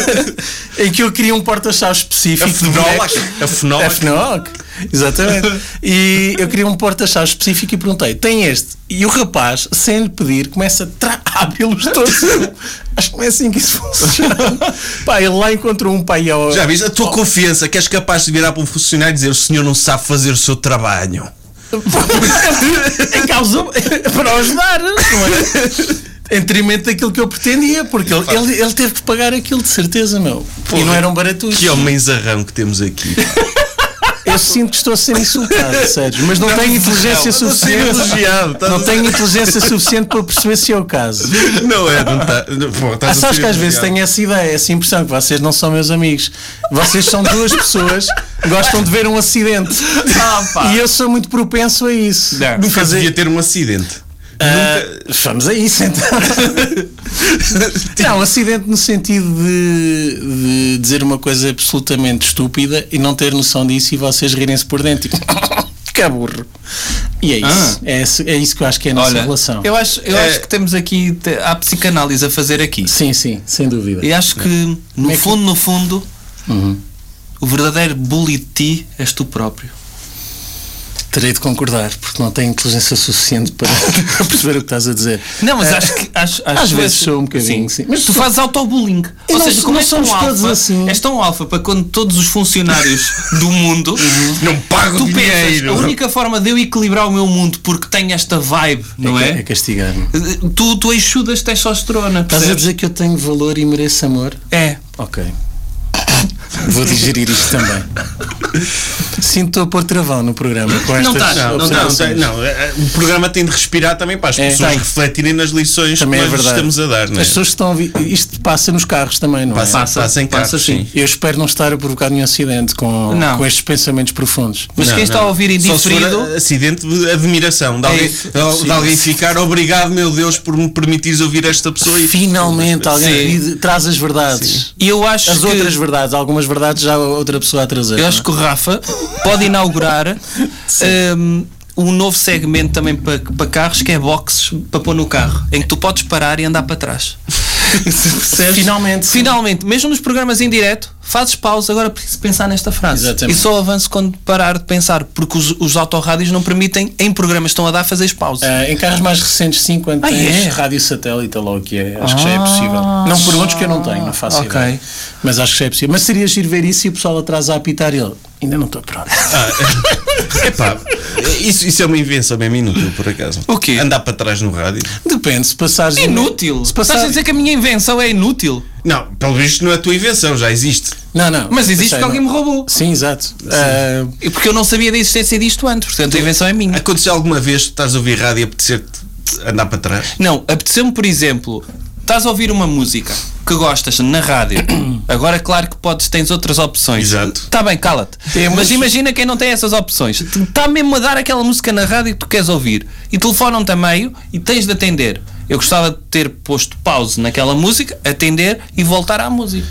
em que eu queria um porta-chaves específico.
A
de bonecos.
FNOC. A
A
FNOC.
FNOC, exatamente. E eu queria um porta-chaves específico e perguntei: tem este? E o rapaz, sem lhe pedir, começa a tra- a abri-los todos. Eu, Acho que não é assim que isso funciona. Pá, ele lá encontrou um pai ao.
Já viste? A tua confiança que és capaz de virar para um funcionário e dizer o senhor não sabe fazer o seu trabalho.
em causa para ajudar, não é? Em detrimento daquilo que eu pretendia, porque ele, ele, ele teve que pagar aquilo de certeza, meu. e não eram baratos.
Que homem zarrão que temos aqui.
Eu sinto que estou a ser insultado, Sérgio, mas não, tenho inteligência
Não, não sei
suficiente.
elogiado, tá? estás
Não
a-
tenho inteligência suficiente para perceber se é o caso.
Não é, não está. Pô, estás
Ah,
a
sabes
ser
que às vezes
elogiado.
tenho essa ideia, essa impressão que vocês não são meus amigos. Vocês são duas pessoas que gostam de ver um acidente.
Ah, pá.
E eu sou muito propenso a isso.
Não.
Nunca devia ter um acidente.
Ah, Vamos a isso então. não, acidente no sentido de, de dizer uma coisa absolutamente estúpida e não ter noção disso e vocês rirem-se por dentro. Tipo, que burro. E é isso. É, esse- é isso que eu acho que é a nossa
Olha,
relação.
eu, acho, eu
É.
acho que temos aqui. te- Há psicanálise a fazer aqui.
Sim, sim, sem dúvida.
E acho que, no
é que- Uhum.
fundo, no fundo, o verdadeiro bully de ti és tu próprio.
Terei de concordar, porque não tenho inteligência suficiente para, para perceber o que estás a dizer.
Não, mas acho que. Acho, acho
É, Às
que
vezes
és-
sou um bocadinho, sim. Mas
Mas tu fazes autobullying. Ou
não-
seja, como
não
és tão
somos todos
alfa,
assim.
és tão alfa para quando todos os funcionários do mundo.
Uhum.
Não pago
Tu pensas, a
dinheiro.
única forma de eu equilibrar o meu mundo porque tenho esta vibe, não
é,
é?
ca- é castigar-me.
Tu, tu exudas testosterona. É.
Estás a
percebes?
dizer que eu tenho valor e mereço amor?
É.
Ok. Vou digerir isto também. Sinto a pôr travão no programa. Com
Não
estas
estás, não,
Não, não,
observações.
não, não, eh, o programa tem de respirar também para as
É,
pessoas
tem.
refletirem nas lições
Também
que
é
nós lhes
verdade.
estamos a dar, não é?
As pessoas que estão a ouvir. Isto passa nos carros também, não
Passa,
é?
passa, em
passa,
carros,
sim.
sim.
Eu espero não estar a provocar nenhum acidente com,
Não.
com estes pensamentos profundos.
Mas
Não,
quem está
não.
a ouvir em
Só se for
diferido.
a- acidente de admiração. De
É
alguém,
isso.
de- de
Sim.
alguém ficar obrigado, meu Deus, por me permitires ouvir esta pessoa. E...
Finalmente alguém
Sim.
diz- traz as verdades.
E eu acho
As
que.
outras verdades, algumas verdades já outra pessoa a trazer. é?
Eu acho que o Rafa pode inaugurar hum, um, novo segmento também para, para carros que é boxes para pôr no carro, em que tu podes parar e andar para trás. Percebes?
Finalmente.
Finalmente, mesmo nos programas em direto, fazes pausa, agora preciso pensar nesta frase.
Exatamente.
E só avanço quando parar de pensar, porque os, os autorrádios não permitem, em programas que estão a dar, fazeres pausa.
Ah, em carros mais recentes, sim, quando
Ah,
tens
é? Ah.
rádio satélite, ou lá o que é, acho que já é possível. Não perguntes que eu não tenho, não faço
ok.
ideia. Mas acho que já é possível. Mas seria giro ver isso e o pessoal atrás a apitar e ele, ainda não estou pronto.
Epá, isso, isso é uma invenção mesmo inútil, por acaso.
O quê?
Andar para trás no rádio.
Depende, se passares. um-
É Inútil!
Se
Estás a
passares.
dizer que a minha invenção é inútil,
Não, pelo visto não é a tua invenção, já existe.
Não, não.
mas existe
Sei,
que alguém
não.
me roubou.
Sim, exato. Ah,
E Porque eu não sabia da existência disto antes, portanto a invenção é minha.
Aconteceu alguma vez que estás a ouvir rádio e apetecer-te andar para trás?
Não, apeteceu-me, por exemplo, estás a ouvir uma música que gostas na rádio. Agora, claro que podes, tens outras opções.
Exato.
Está bem, cala-te. Mas imagina quem não tem essas opções. Está mesmo a dar aquela música na rádio que tu queres ouvir. E telefonam-te a meio e tens de atender. Eu gostava de ter posto pause naquela música, atender e voltar à música.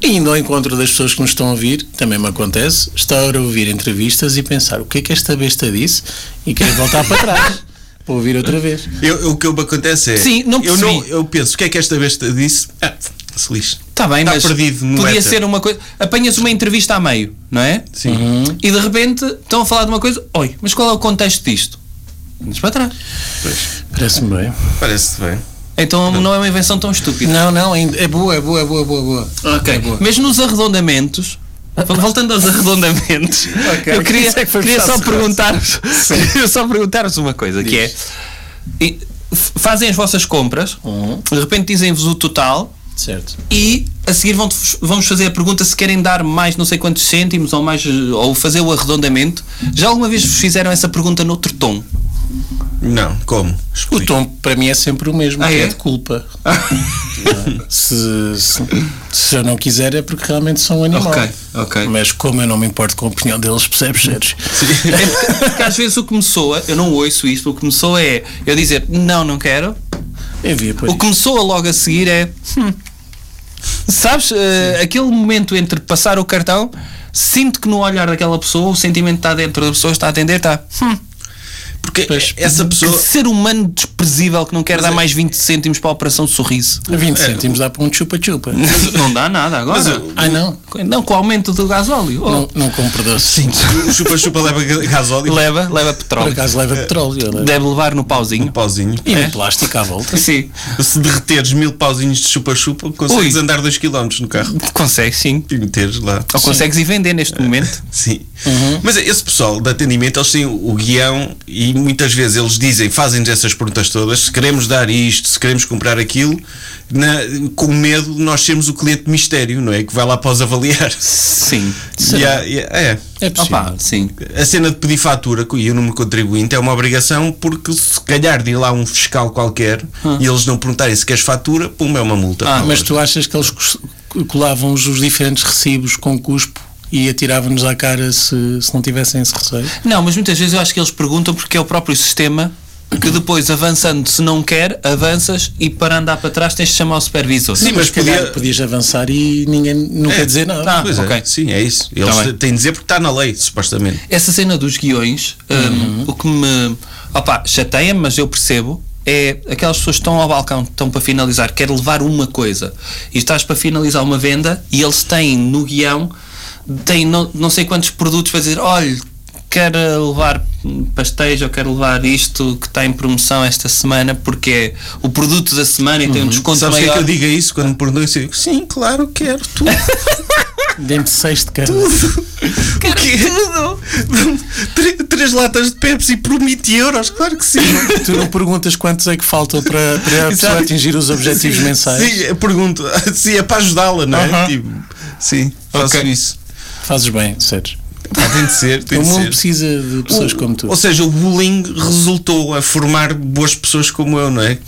e indo ao encontro das pessoas que nos estão a ouvir, também me acontece, estar a ouvir entrevistas e pensar o que é que esta besta disse e querer voltar para trás para ouvir outra vez.
Eu, eu- o que me acontece é.
Sim, não
eu,
percebi.
eu penso, o que é que esta besta disse? Ah, se lixe.
Está Tá bem,
Está
mas
Tá perdido no
podia
éter.
ser uma coisa. Apanhas uma entrevista a meio, não é?
Sim.
E de repente estão a falar de uma coisa. Oi, mas qual é o contexto disto? Andas para trás.
Parece-me bem.
Parece-te bem.
Então não é uma invenção tão estúpida.
Não, não, ainda- é boa, é boa, é boa, é boa, é boa.
Ok.
É boa.
Mas nos arredondamentos. Voltando aos arredondamentos, eu queria,
Isso é que foi
queria só
puxado.
perguntar-vos, queria só perguntar-vos uma coisa, que é e f- fazem as vossas compras,
Uhum.
de repente dizem-vos o total
Certo.
e a seguir vão vamos fazer a pergunta se querem dar mais não sei quantos cêntimos ou mais eh, ou fazer o arredondamento. Já alguma vez vos fizeram essa pergunta noutro tom?
Não, como?
O tom para mim é sempre o mesmo,
Ah,
que é?
é?
de culpa. Não é? se, se, se eu não quiser é porque realmente sou um animal.
Ok, ok.
Mas como eu não me importo com a opinião deles, percebes, Sérgio?
É porque- porque às vezes o que me soa, eu não ouço isto, o que me soa é eu dizer não, não quero,
Envia para
O que me soa logo a seguir é. hum, sabes, eh, aquele momento entre passar o cartão, sinto que no olhar daquela pessoa o sentimento está dentro da pessoa, está a atender, está. hum,
Porque
Pois,
essa
que
pessoa.
ser humano desprezível que não quer dar mais 20 cêntimos para a operação de sorriso.
20 cêntimos dá para um chupa-chupa.
não dá nada agora.
ah, não?
Não, com o aumento do gasóleo. Oh,
Não, não compro doce.
O chupa-chupa leva ga- gasóleo
Leva, leva
Por
petróleo. É.
acaso leva petróleo. né?
Deve levar no
um
pauzinho.
pauzinho.
E no plástico à volta.
Sim,
Se derreteres mil pauzinhos de chupa-chupa, consegues
Ui.
andar 2km no carro
consegue sim.
e meteres lá.
Ou consegues ir vender neste momento.
Sim.
Uhum.
Mas é, esse pessoal de atendimento, eles têm o guião e muitas vezes eles dizem, fazem-nos essas perguntas todas, se queremos dar isto, se queremos comprar aquilo, na- com medo de nós sermos o cliente mistério, não é? Que vai lá para os avaliar.
Sim.
E há- e há- é.
É possível.
Opa, sim.
A cena de pedir fatura e o número contribuinte é uma obrigação porque se calhar de ir lá um fiscal qualquer e eles não perguntarem se queres fatura, pum, é uma multa.
Ah,
Mas tu achas que eles cos- colavam os os diferentes recibos com cuspo e atiravam-nos à cara se, se não tivessem esse receio?
Não, mas muitas vezes eu acho que eles perguntam porque é o próprio sistema que depois, avançando, se não quer, avanças e para andar para trás tens de chamar o supervisor.
Sim, mas
Se calhar
podia...
podias avançar e ninguém nunca dizer nada.
Ah,
Pois é,
ok.
Sim, é isso. Eles
Tá bem.
têm de dizer porque está na lei, supostamente.
Essa cena dos guiões,
Uhum.
hum, o que me. opá, chateia-me, mas eu percebo. É aquelas pessoas que estão ao balcão, que estão para finalizar, quer levar uma coisa e estás para finalizar uma venda e eles têm no guião, têm não, não sei quantos produtos para dizer: olha, quero levar pastéis ou quero levar isto que está em promoção esta semana porque é o produto da semana e tem um desconto
Sabes o que é
maior.
que eu digo a isso quando me perguntam isso? Eu digo, sim, claro, quero tudo.
Dentro de seis de cada.
Quero tudo!
Tre- Três latas de Pepsi por 20 euros, claro que sim.
Tu não perguntas quantos é que faltam para, para a pessoa atingir os objetivos mensais.
Sim, eu pergunto, sim, é para ajudá-la, não é?
Aham.
Tipo, Sim, faço
Ok.
isso.
Fazes bem, Sérgio.
Pá, Ah, tem de ser, tem
O
de
mundo
ser.
precisa de pessoas
O-
como tu.
Ou seja, o bullying resultou a formar boas pessoas como eu, não é?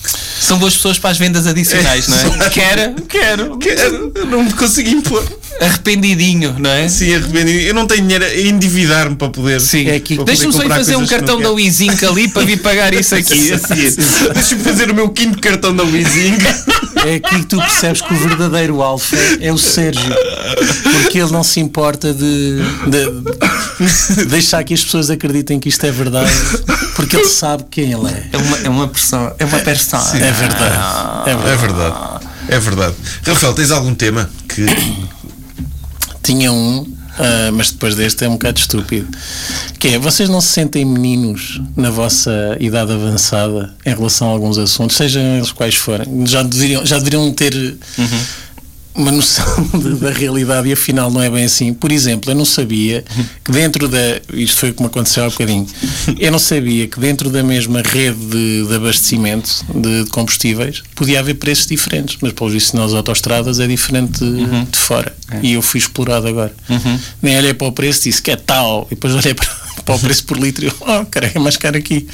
São boas pessoas para as vendas adicionais, não é? Quero, quero.
Que é, eu não me consegui impor.
Arrependidinho, não é?
Sim, arrependido. Eu não tenho dinheiro a endividar-me para poder.
Sim.
para poder
Deixa-me só ir
comprar
fazer um
coisas que
cartão
não
da
quero.
Wizink ali para vir pagar isso aqui. a seguir.
É Deixa-me fazer o meu quinto cartão da Wizink.
É aqui que tu percebes que o verdadeiro alfa é o Sérgio. Porque ele não se importa de, de- de deixar que as pessoas acreditem que isto é verdade. Porque ele sabe quem ele é.
É uma, é uma pessoa, é uma persona. Ah.
É verdade. É
É
verdade.
verdade. É verdade. Rafael, tens algum tema que.
Tinha um, ah, mas depois deste é um bocado estúpido. Que é, vocês não se sentem meninos na vossa idade avançada em relação a alguns assuntos, sejam eles quais forem. Já deveriam, já deveriam ter uma noção de- da realidade e afinal não é bem assim. Por exemplo, eu não sabia que dentro da. Isto foi o que me aconteceu há bocadinho. Eu não sabia que dentro da mesma rede de, de abastecimento de, de combustíveis podia haver preços diferentes. Mas, pelo visto, nas autostradas é diferente de,
Uhum.
de fora.
É.
E eu fui explorado agora. Nem olhei para o preço disse que é tal. E depois olhei para, para o preço por litro e eu, oh, caralho, é mais caro aqui.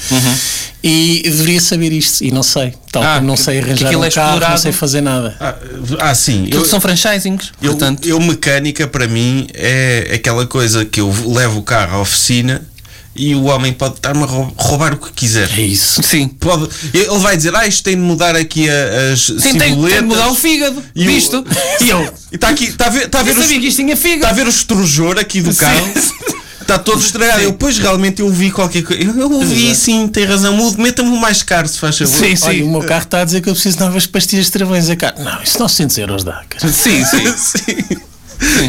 E eu deveria saber isto. E não sei. Tal
Uhum. Ah,
como não
que-
sei
que
arranjar
aquilo
um
é
carro, não
explorado.
sei fazer nada.
Ah, ah, sim.
Tudo
eu-
são franchisings,
Eu,
portanto.
eu, mecânica, para mim, é aquela coisa que eu levo o carro à oficina e o homem pode estar-me a rou- roubar o que quiser.
É isso.
sim.
Pode, ele vai dizer, ah, isto tem de mudar aqui a- as
Sim, tem, tem de
ciboletas."
mudar o fígado.
E o-
Visto?
E eu,
E está Tá aqui, está a ver, está a ver,
Eu
os,
sabia que isto tinha
está a
fígado.
ver o estrujor aqui do
Sim.
carro. Está todo estragado. Eu, pois, realmente, eu vi qualquer coisa. Eu, eu ouvi, sim, tem razão. Mude, meta-me o mais caro, se faz favor.
é. Sim,
Olha, o
sim.
meu carro está a dizer que eu preciso de novas pastilhas de travões. É caro. Não, isso não 900 euros dá, cara.
Sim, sim.
Sim.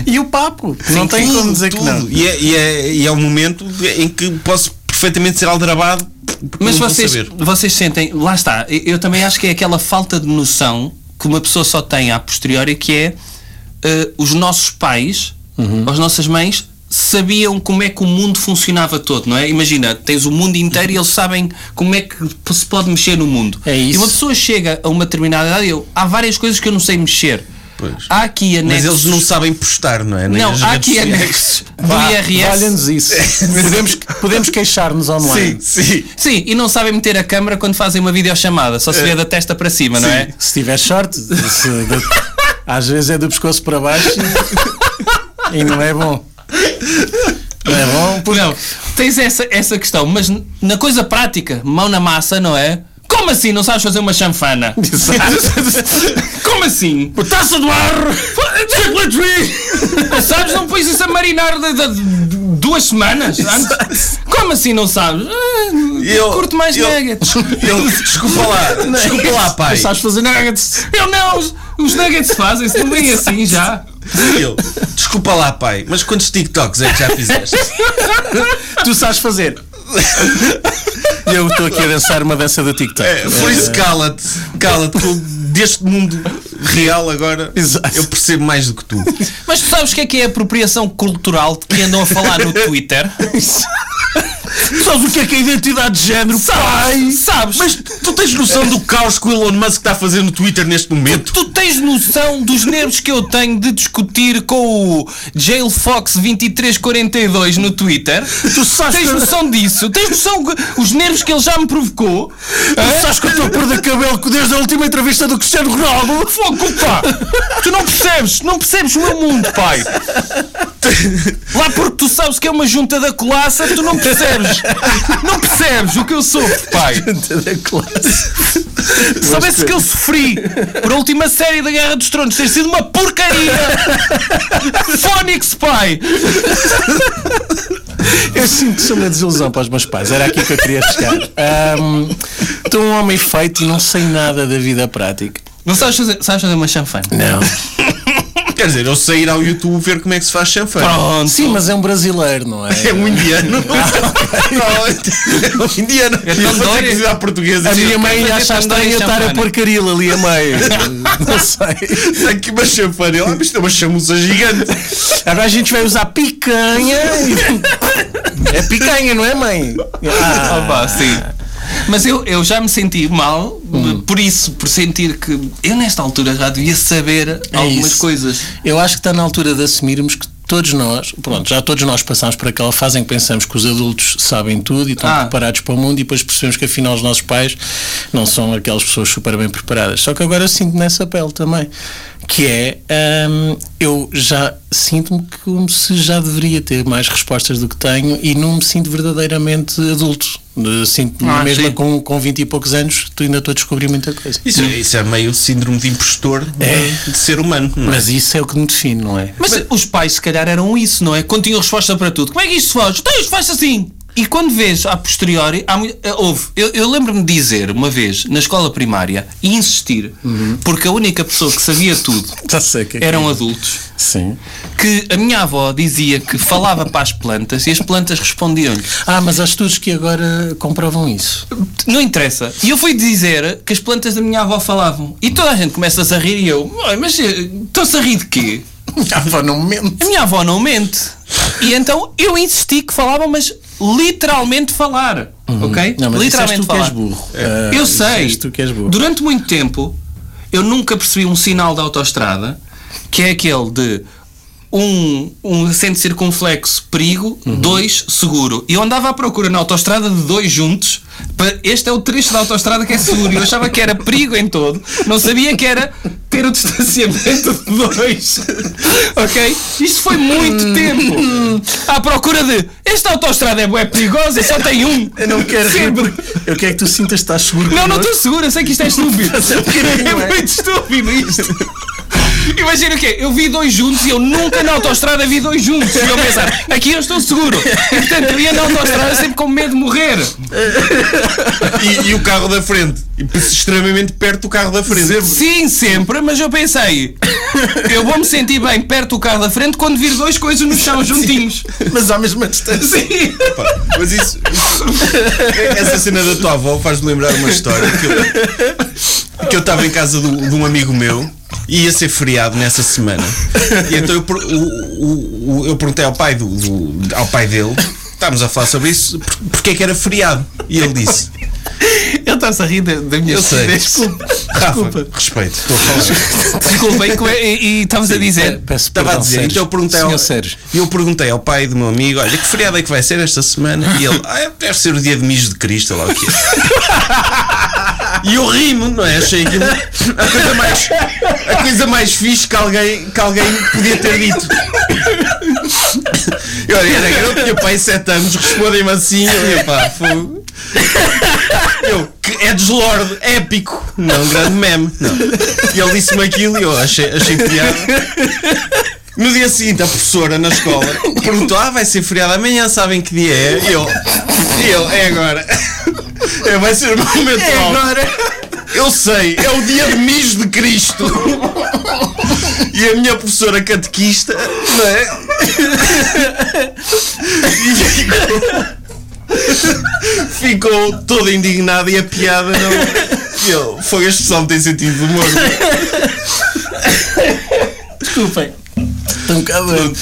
E o papo? não tem
Tudo,
como dizer que não.
tudo. E é, e, é, e é um momento em que posso perfeitamente ser aldrabado. porque
Mas
não vou
vocês,
saber.
vocês sentem, lá está, eu, eu também acho que é aquela falta de noção que uma pessoa só tem a posteriori que é eh, os nossos pais,
Uhum.
as nossas mães, sabiam como é que o mundo funcionava todo, não é? Imagina, tens o mundo inteiro e eles sabem como é que se pode mexer no mundo.
É isso.
E uma pessoa chega a uma determinada idade e eu, há várias coisas que eu não sei mexer.
Pois.
Há aqui anexos.
Mas eles não sabem postar, não é? Nem
Não,
as
há
redes
aqui
sociais.
anexos do
Vá,
IRS.
Valha-nos isso. podemos podemos queixar-nos online.
Sim, sim.
Sim, e não sabem meter a câmara quando fazem uma videochamada, só se
É.
vê da testa para cima, não é?
Se tiver short, se- de- às vezes é do pescoço para baixo e não é bom. Não é bom? porque-
Não, tens essa, essa questão, mas n- na coisa prática, mão na massa, não é? Como assim não sabes fazer uma chanfana? Como assim? Taça do ar! sabes, não pões isso a marinar de, de- de- duas semanas? antes? Como assim não sabes? Ah,
Eu-
curto mais
eu-
nuggets. é
Eu- desculpa lá, desculpa lá, pai.
Não sabes fazer nuggets.
Eu não, os, os nuggets fazem-se também assim já.
Eu, desculpa lá, pai. Mas quantos TikToks é que já fizeste?
Tu sabes fazer. E Eu estou aqui a dançar uma dança do TikTok.
É, por isso, cala-te. Cala-te. que eu, Deste mundo real agora,
Exato.
eu percebo mais do que tu.
Mas tu sabes o que é que é a apropriação cultural de que andam a falar no Twitter?
Sabes o que é que é identidade de género?
Ai, sabes?
Mas tu tens noção do caos que o Elon Musk está a fazer no Twitter neste momento?
Tu tens noção dos nervos que eu tenho de discutir com o Jail Fox 2342 no Twitter? Tu sabes tens noção disso? Tens noção que os nervos que ele já me provocou?
Tu sabes que eu estou a perder cabelo desde a última entrevista do Cristiano Ronaldo?
Fogo, pá! Tu não percebes, não percebes o meu mundo, pai! Lá porque tu sabes que é uma junta da colaça, tu não percebes! Não percebes o que eu sofro, pai!
É,
da classe.
Se soubesse que eu sofri por a última série da Guerra dos Tronos ter sido uma porcaria! Phonics, pai!
Eu sinto que sou uma desilusão para os meus pais. Era aqui que eu queria chegar. Ahm, Estou um homem feito e não sei nada da vida prática.
Não sabes fazer, sabes fazer uma chanfana?
Não.
Quer dizer, eu sei ir ao YouTube ver como é que se faz chanfana.
Pronto.
Sim, mas é um brasileiro, não é?
É um indiano. Não, é um indiano.
É tão
Eu vou ter
dória.
que dizer à portuguesa.
A
dizer,
minha mãe
Mas é
acha
para andar em
estranho eu estar a
champanhe.
pôr caril ali a meio. Não sei.
Está aqui uma chanfana. Ela, "Ah, mas isto é uma chamuça gigante.
Agora a gente vai usar picanha. e- É picanha, não é, mãe? Ah,
Ah, pá, sim. Mas eu, eu já me senti mal por isso, por sentir que eu nesta altura já devia saber
É
algumas
isso.
coisas.
Eu acho que está na altura de assumirmos que todos nós, pronto, já todos nós passamos por aquela fase em que pensamos que os adultos sabem tudo e estão
Ah.
preparados para o mundo e depois percebemos que afinal os nossos pais não são aquelas pessoas super bem preparadas. Só que agora eu sinto nessa pele também, que é hum, eu já sinto-me como se já deveria ter mais respostas do que tenho e não me sinto verdadeiramente adulto. Eh, Sinto-me
Ah,
mesmo
sim.
com, com 20 e poucos anos, tu ainda estou a descobrir muita coisa.
Isso, isso é meio síndrome de impostor de, de ser humano. não é?
Mas isso é o que me define, não é?
Mas, os pais se calhar eram isso, não é? Quando tinham resposta para tudo. Como é que isto se faz? Então isto faz assim. E quando vês a posteriori, há, mui- eh, houve. Eu, eu lembro-me de dizer uma vez na escola primária e insistir, porque a única pessoa que sabia tudo
Já sei o que é que
eram
é.
adultos,
Sim.
que a minha avó dizia que falava para as plantas e as plantas respondiam-lhe.
Ah, mas há estudos que agora comprovam isso.
Não interessa. E eu fui dizer que as plantas da minha avó falavam. E toda a gente começa-se a rir e eu, "Ai, mas eh, estou-se a rir de quê?
Ah, vó, não mente.
A minha avó não mente. E então eu insisti que falavam, mas literalmente falar. Ok?
Uhum. Não, mas
literalmente
literalmente tu que és burro. Ah,
eu
isso
sei.
és tu que és burro.
Durante muito tempo eu nunca percebi um sinal da autoestrada que é aquele de um, um acento circunflexo perigo,
Uhum.
dois seguro. E eu andava à procura na autoestrada de dois juntos. pa- Este é o trecho da autoestrada que é seguro. E Eu achava que era perigo em todo. Não sabia que era ter o distanciamento de dois. ok? Isto foi
Hum.
muito tempo. À procura de esta autoestrada é bué perigosa, só tem um.
Eu não quero rir.
Sempre.
porque Eu quero que tu sintas que estás seguro.
Não, não
connosco.
estou seguro, eu sei que isto é estúpido.
bocadinho,
é
é?
muito estúpido isto. Imagina o quê? Eu vi dois juntos e eu nunca na autoestrada vi dois juntos. E eu pensar, aqui eu estou seguro. E, portanto, eu ia na autoestrada sempre com medo de morrer.
E, e o carro da frente. E Extremamente perto do carro da frente.
Sim, sempre, mas eu pensei, eu vou me sentir bem perto do carro da frente quando vir dois coisas no chão juntinhos.
Mas à mesma distância.
Sim.
Pá, Mas isso, isso- Essa cena da tua avó faz-me lembrar uma história que eu que eu estava em casa do- de um amigo meu e ia ser feriado nessa semana. E então eu, per- o- o- o- eu perguntei ao pai, do, do- ao pai dele, estávamos a falar sobre isso, por- porque é que era feriado. E ele disse:
Ele está-se a rir da, da minha
Eu sei.
Desculpa.
Rafa, respeito, estou a falar.
Desculpem, que- e e estavas a dizer.
Peço
Estava a
perdão,
dizer,
Sérgio.
então eu perguntei,
Senhor
ao,
Sérgio.
e eu perguntei ao pai do meu amigo: olha, que feriado é que vai ser esta semana? E ele, ah, é- deve ser o dia de mijo de Cristo, ou lá o que E eu rimo, não é? Achei aquilo a coisa mais, a coisa mais fixe que alguém, que alguém podia ter dito. Eu olha, era garoto, tinha pai 7 anos, respondem-me assim, eu ia pá, fogo. Eu, que é deslorde, épico, não grande meme. Não. E ele disse-me aquilo e eu achei, achei piada. No dia seguinte, a professora na escola perguntou: Ah, vai ser feriado amanhã, sabem que dia é? E eu, e eu é agora. É, vai ser o momento é agora. Eu sei, é o dia de mijo de Cristo. E a minha professora catequista, não é? E ficou, ficou toda indignada e a piada não. E eu, foi este pessoal não é?" tem sentido de humor.
Desculpem. Estou um bocado doido.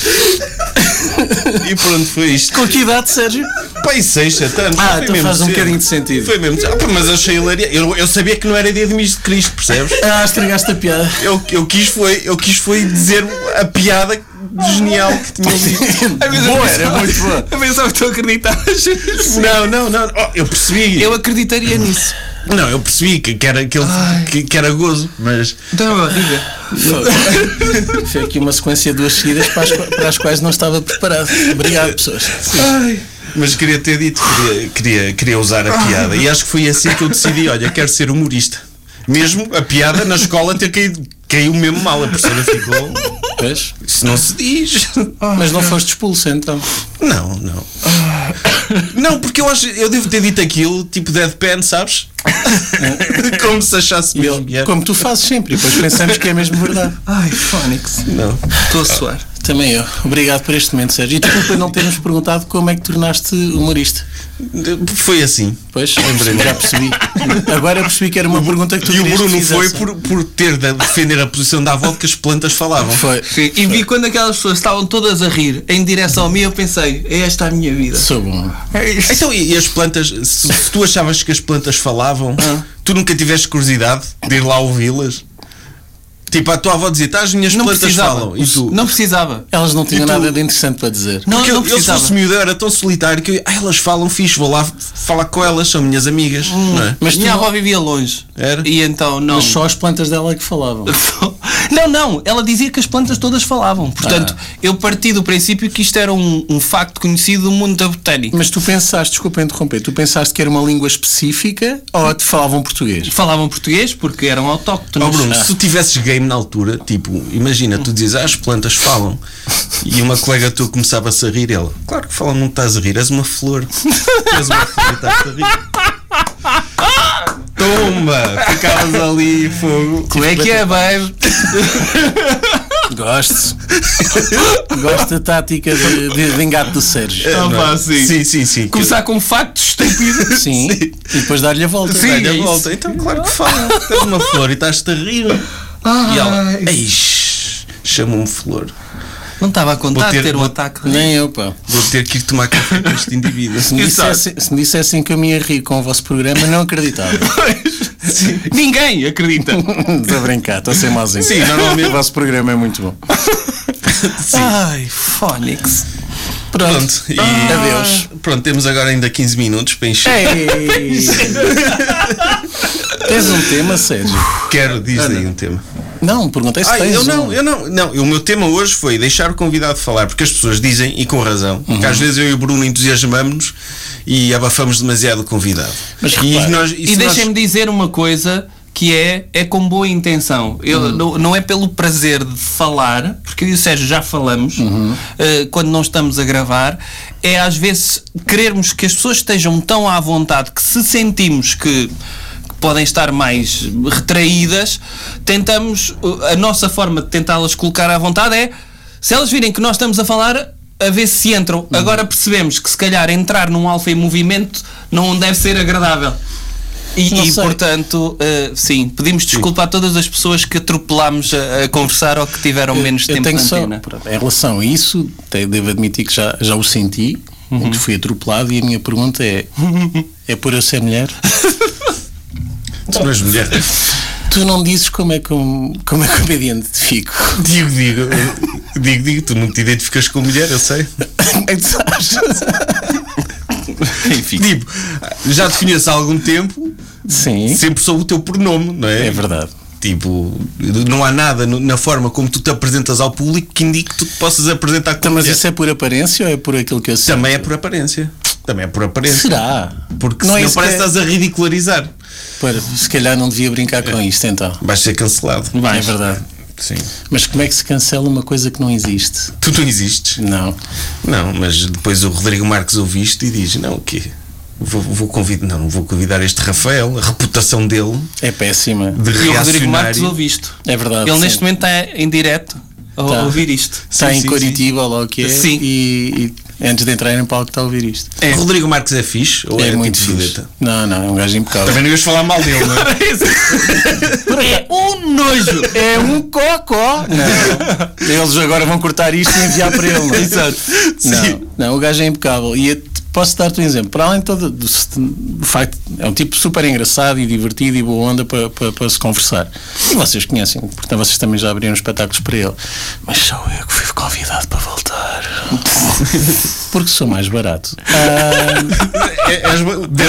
E pronto, foi isto.
Com que idade, Sérgio?
Pai, seis, sete anos.
Ah,
foi
então
mesmo
faz um
cedo.
bocadinho de sentido.
Foi mesmo, ah, pá, mas achei hilariante. Eu, eu sabia que não era dia de mijo de Cristo, percebes?
Ah, estragaste a piada.
Eu, eu, quis foi, eu quis foi dizer a piada genial que tinha dito.
um boa, era muito boa.
Eu pensava que tu acreditavas.
Não, não, não. Oh, eu percebi.
Eu acreditaria nisso.
Não, eu percebi que, que, era, que, ele- que, que era gozo, mas.
Então, diga.
Foi aqui uma sequência de duas seguidas para as, qua- para as quais não estava preparado. Obrigado, pessoas.
Ai, mas queria ter dito, queria, queria, queria usar a piada. E acho que foi assim que eu decidi: olha, quero ser humorista. Mesmo a piada na escola ter caído. Caiu mesmo mal, a professora ficou.
Vês?
Isso não se diz.
Mas não foste expulso, então.
Não, não. Não, porque eu acho. Eu devo ter dito aquilo, tipo deadpan, sabes? Como se achasse mesmo. é
Como tu fazes sempre, e depois pensamos que é mesmo verdade.
Ai, Fónix.
Não.
Estou a suar.
Também eu. Obrigado por este momento, Sérgio. E desculpa não termos perguntado como é que tornaste humorista.
Foi assim.
Pois, já percebi. Agora percebi que era uma pergunta que tu
E o
querias que
Bruno foi
fizesse.
por, por ter de defender a posição da avó que as plantas falavam.
Foi.
Sim, E vi quando aquelas pessoas estavam todas a rir em direção a mim, eu pensei, é esta a minha vida.
Sou bom.
É isto.
Então, e, e as plantas, se, se tu achavas que as plantas falavam, tu nunca tiveste curiosidade de ir lá ouvi-las? Tipo, a tua avó dizia, tá, as minhas
Não
plantas
precisava.
falam. E tu,
Não precisava.
Elas não tinham
E tu?
nada de interessante para dizer.
Não,
Porque eu,
não
eu se
precisava.
fosse miúdo eu era tão solitário que eu, ah, elas falam fixe, vou lá falar com elas, são minhas amigas. não é?
Mas
Mas
tu
minha
não-
avó vivia longe.
Era?
E então não.
Mas só as plantas dela é que falavam.
Não, não, ela dizia que as plantas todas falavam. Portanto, eu parti do princípio que isto era um, um facto conhecido do mundo da botânica.
Mas tu pensaste, desculpa interromper, tu pensaste que era uma língua específica ou te falavam português?
Falavam português porque eram autóctonos.
Oh Bruno, se tu tivesses game na altura, tipo, imagina, tu dizes, ah, as plantas falam, e uma colega tua começava-se a rir, ela, claro que falam, não estás a rir, és uma flor. és uma flor e estás a rir. Toma! Ficavas ali, fogo.
Como é que é, babe?
Gosto. Gosto da tática de, de, de engate do Sérgio.
Ah,
Não é?
pá, sim.
Sim, sim, sim.
Começar com factos estúpidos.
Sim. E depois dar-lhe a volta.
Sim.
Dá-lhe
é
a
isso.
volta. Então, claro que Ah, falam, tens uma flor e estás-te a rir. e ela, eish, chama-me flor.
Não estava a contar
Vou
ter,
ter-
ter um
vou-
ataque.
Nem eu, pá.
Vou ter que ir tomar café com este indivíduo.
Se me, dissessem, se me dissessem que eu me ia rir com o vosso programa, não acreditava.
Ninguém acredita.
Estou a brincar, estou a ser mauzinho.
Sim, normalmente-
o vosso programa é muito bom. Ah,
Ai, Fónix.
Pronto, e
Adeus.
Pronto, temos agora ainda 15 minutos para encher.
Ei. Tens um tema, Sérgio?
Quero, diz aí um tema.
Não, perguntei se
Ah,
tens
eu
um.
não, eu não, não. O meu tema hoje foi deixar o convidado falar, porque as pessoas dizem, e com razão, que às vezes eu e o Bruno entusiasmamos-nos e abafamos demasiado o convidado.
Mas
e
repara,
nós, e
E
se nós-
deixem-me dizer uma coisa que é, é com boa intenção. Eu,
Uhum.
não, não é pelo prazer de falar, porque eu e o Sérgio já falamos
Uhum.
eh, quando não estamos a gravar, é às vezes querermos que as pessoas estejam tão à vontade que se sentimos que que podem estar mais retraídas, tentamos, eh, a nossa forma de tentá-las colocar à vontade é, se elas virem que nós estamos a falar, a ver se entram.
Uhum.
Agora percebemos que se calhar entrar num alfa em movimento não deve ser agradável.
Não
E, e,
sei.
portanto, uh, sim, pedimos desculpa a todas as pessoas que atropelámos a, a conversar ou que tiveram menos
Eu
tempo
tenho
de
só,
antena.
pronto, em relação a isso, te- devo admitir que já, já o senti, que fui atropelado, e a minha pergunta é: é por eu ser mulher?
Tu não és mulher.
Tu não dizes como é que um, como é que um comediante fico.
digo, digo, eu- digo, digo, tu não te identificas com mulher, eu sei.
É que tu achas?
Tipo, já te conheço há algum tempo,
Sim,
sempre sou o teu pronome, não
é verdade.
Tipo, não há nada no- na forma como tu te apresentas ao público que indique que tu te possas apresentar
Então,
como
mas
mulher.
isso é por aparência ou é por aquilo que eu sei?
Também é por aparência. Também é por aparência.
Será? é
Porque não, senão
isso
parece
que
que estás a ridicularizar.
Pera, se calhar não devia brincar com isto então.
Vais ser cancelado.
É verdade.
Sim.
Mas como é que se cancela uma coisa que não existe?
Tu não existes.
Não.
Não, mas depois o Rodrigo Marques ouviste e diz: Não, o quê? Vou, vou convidar, não, vou convidar este Rafael, a reputação dele
É péssima.
de
E o Rodrigo Marques
reacionário.
ouve isto.
É verdade.
Ele
sim.
neste momento está em direto a
Tá.
ouvir isto.
está
Sim,
em
sim,
Coritiba, ou lá o que é,
Sim.
E, e antes de entrar em palco está a ouvir isto.
O Rodrigo Marques é fixe? Ou
É,
era
muito
tipo
fixe.
vedeta?
Não, não, é um gajo impecável.
Também não ias falar mal dele, não é?
é um nojo!
É um cocó! Não. Eles agora vão cortar isto e enviar para ele, não é?
Exato.
Não, não, o gajo é impecável. E eu te- posso dar-te um exemplo. Para além de todo do, do facto, é um tipo super engraçado e divertido e boa onda para, para, para se conversar. E vocês conhecem, portanto vocês também já abriram espetáculos para ele. Mas sou eu que fui convidado para voltar. Porque sou mais barato. Ah,
É- és-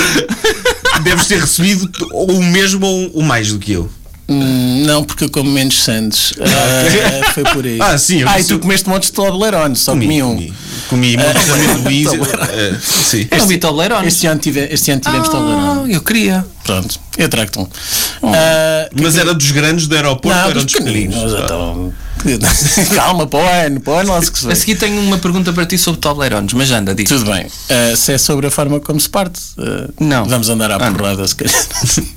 deve- deves ter recebido ou o mesmo ou ou mais do que eu.
hum, não, porque eu como menos sandes. Ah, foi por aí.
Ah, sim, eu
Ah, e
sou-
tu comeste montes de tobelerone, só comi um. Então
Comi muitos amendoins. eh, Sim.
É um bitoleirone.
Este tipo ano, tive, este ano tivemos tobelerone.
Ah, eu queria.
Pronto, eu trago-te um. Ah,
Mas era dos grandes do aeroporto ou
Não,
era
dos
dos pequeninos?
pequeninos.
Ah.
então. Calma, para o ano, para o ano lá se que se vê.
A seguir tenho uma pergunta para ti sobre toleirones, mas anda, diz.
Tudo bem. Ah, se é sobre a forma como se parte, ah,
Não.
Vamos andar à
Ah.
porrada, se calhar.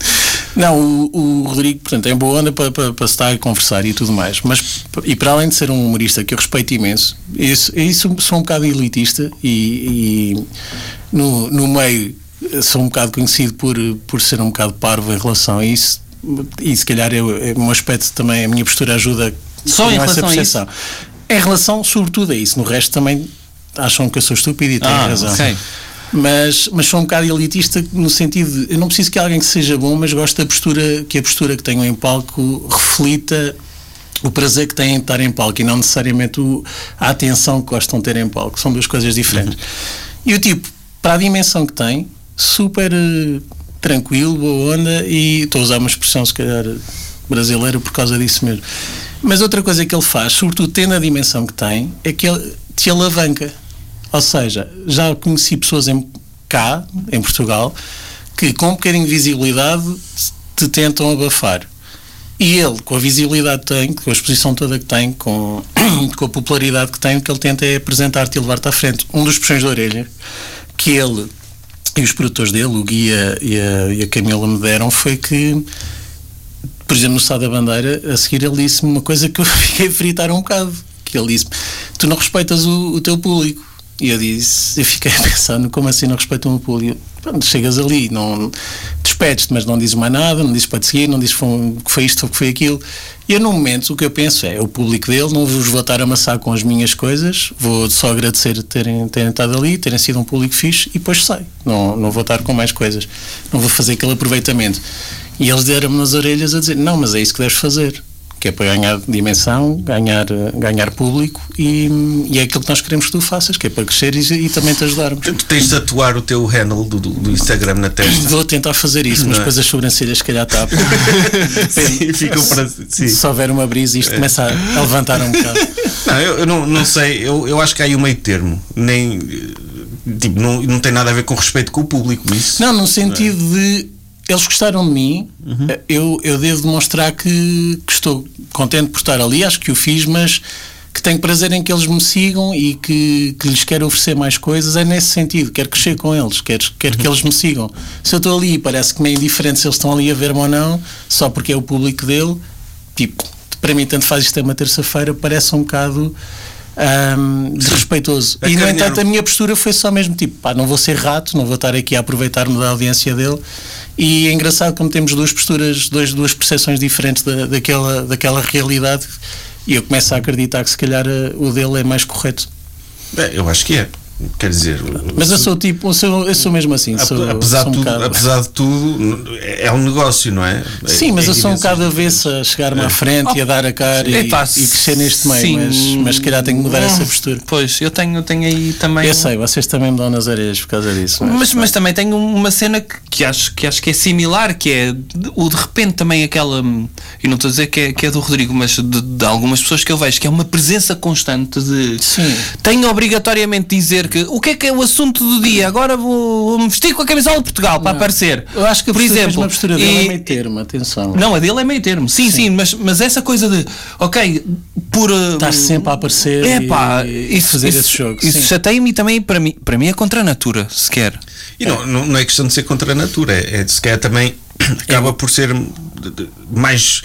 Não, o, o Rodrigo, portanto, é boa onda para, para, para estar a conversar e tudo mais. Mas, e para além de ser um humorista que eu respeito imenso, isso, isso sou um bocado elitista e, e no, no meio sou um bocado conhecido por, por ser um bocado parvo em relação a isso. E se calhar eu, é um aspecto também, a minha postura ajuda
Só
com
em
essa
relação a
percepção. Em relação, sobretudo, a isso. No resto também acham que eu sou estúpido e têm
Ah,
razão.
ok.
Mas, mas sou um bocado elitista no sentido de eu não preciso que alguém que seja bom, mas gosto da postura, que a postura que tenho em palco reflita o prazer que têm em estar em palco e não necessariamente o- a atenção que gostam de ter em palco. São duas coisas diferentes. E o tipo, para a dimensão que tem, super eh, tranquilo, boa onda e estou a usar uma expressão se calhar brasileira por causa disso mesmo. Mas outra coisa que ele faz, sobretudo tendo a dimensão que tem, é que ele te alavanca. Ou seja, já conheci pessoas em, cá, em Portugal, que com um bocadinho de visibilidade te tentam abafar. E ele, com a visibilidade que tem, com a exposição toda que tem, com, com a popularidade que tem, o que ele tenta é apresentar-te e levar-te à frente. Um dos puxões da orelha que ele e os produtores dele, o Guia e a, e a Camila, me deram foi que por exemplo, no Estado da Bandeira, a seguir ele disse-me uma coisa que eu fiquei a fritar um bocado. Que ele disse-me, tu não respeitas o, o teu público. E eu disse, eu fiquei a pensar, "No- como assim não respeito o meu público? Pronto, chegas ali, não despedes-te, mas não dizes mais nada, não dizes para te seguir, não dizes foi um- que foi isto ou que foi aquilo. E eu, no momento, o que eu penso é, o público dele, não vos vou estar a amassar com as minhas coisas, vou só agradecer terem, terem estado ali, terem sido um público fixe, e depois saio. Não, não vou estar com mais coisas. Não vou fazer aquele aproveitamento. E eles deram-me nas orelhas a dizer: não, mas é isso que deves fazer. Que é para ganhar dimensão, ganhar, eh, ganhar público e, e é aquilo que nós queremos que tu faças, que é para crescer e, e também te ajudarmos.
Tu tens de tatuar o teu handle do, do- do Instagram na testa.
Vou tentar fazer isso, mas depois as sobrancelhas, se calhar, tapam.
Sim, ficam para. Sim.
Se houver uma brisa, isto começa a, a levantar um bocado.
Não, eu, eu não, não sei, eu, eu acho que há aí um meio termo. Nem. eh, Tipo, não, não tem nada a ver com respeito com o público, isso.
Não, no sentido de eles gostaram de mim, eu, eu devo demonstrar que, que estou contente por estar ali, acho que o fiz, mas que tenho prazer em que eles me sigam e que, que lhes quero oferecer mais coisas. É nesse sentido, quero crescer com eles, quero, quero que eles me sigam. Se eu estou ali e parece que me é indiferente se eles estão ali a ver-me ou não, só porque é o público dele, tipo, para mim, tanto faz isto é uma terça-feira, parece um bocado. ahm, desrespeitoso.
A
e no
carinha
entanto,
não-
a minha postura foi só mesmo tipo, pá, não vou ser rato, não vou estar aqui a aproveitar-me da audiência dele. E é engraçado como temos duas posturas, dois, duas percepções diferentes da, daquela, daquela realidade. E eu começo a acreditar que se calhar eh, o dele é mais correto.
É, Eu acho que é. Quer dizer.
Mas eu sou tipo, eu sou, eu sou mesmo assim.
Ape-
Sou,
apesar,
sou
de
um
tudo,
bocado-
apesar de tudo, n- é é um negócio, não é? É-
Sim, mas
é
eu sou um
evidente.
bocado avessa a chegar-me à frente e a dar a cara e,
Epá,
e crescer neste meio,
sim. Ah,
mas, mas se calhar tenho que mudar essa postura.
Pois, eu tenho, eu tenho aí também.
Eu sei, vocês também me dão nas orelhas por causa disso. é? Mas,
Mas, mas também tenho uma cena que, que acho, que acho que é similar, que é de- o de repente também aquela. hum, E não estou a dizer que é, que é do Rodrigo, mas de, de algumas pessoas que eu vejo, que é uma presença constante de.
Sim.
Tenho obrigatoriamente de dizer que o que é que é o assunto do dia? Agora vou, vou me vestir com a camisola de Portugal para aparecer.
eu acho que a
por
postura-
exemplo.
mesmo a postura dele
e-
é meio termo, atenção.
não, a dele é meio termo. Sim, sim, mas, mas essa coisa de. Ok, por. hum,
Estás sempre a aparecer
é pá,
e, e
isso,
fazer
isso,
esse jogo.
Isso
sim.
chateia-me e também para mim, para mim é contra a natura, sequer.
E não, não, não é questão de ser contra a natura, é, é se calhar também acaba por ser de- de- mais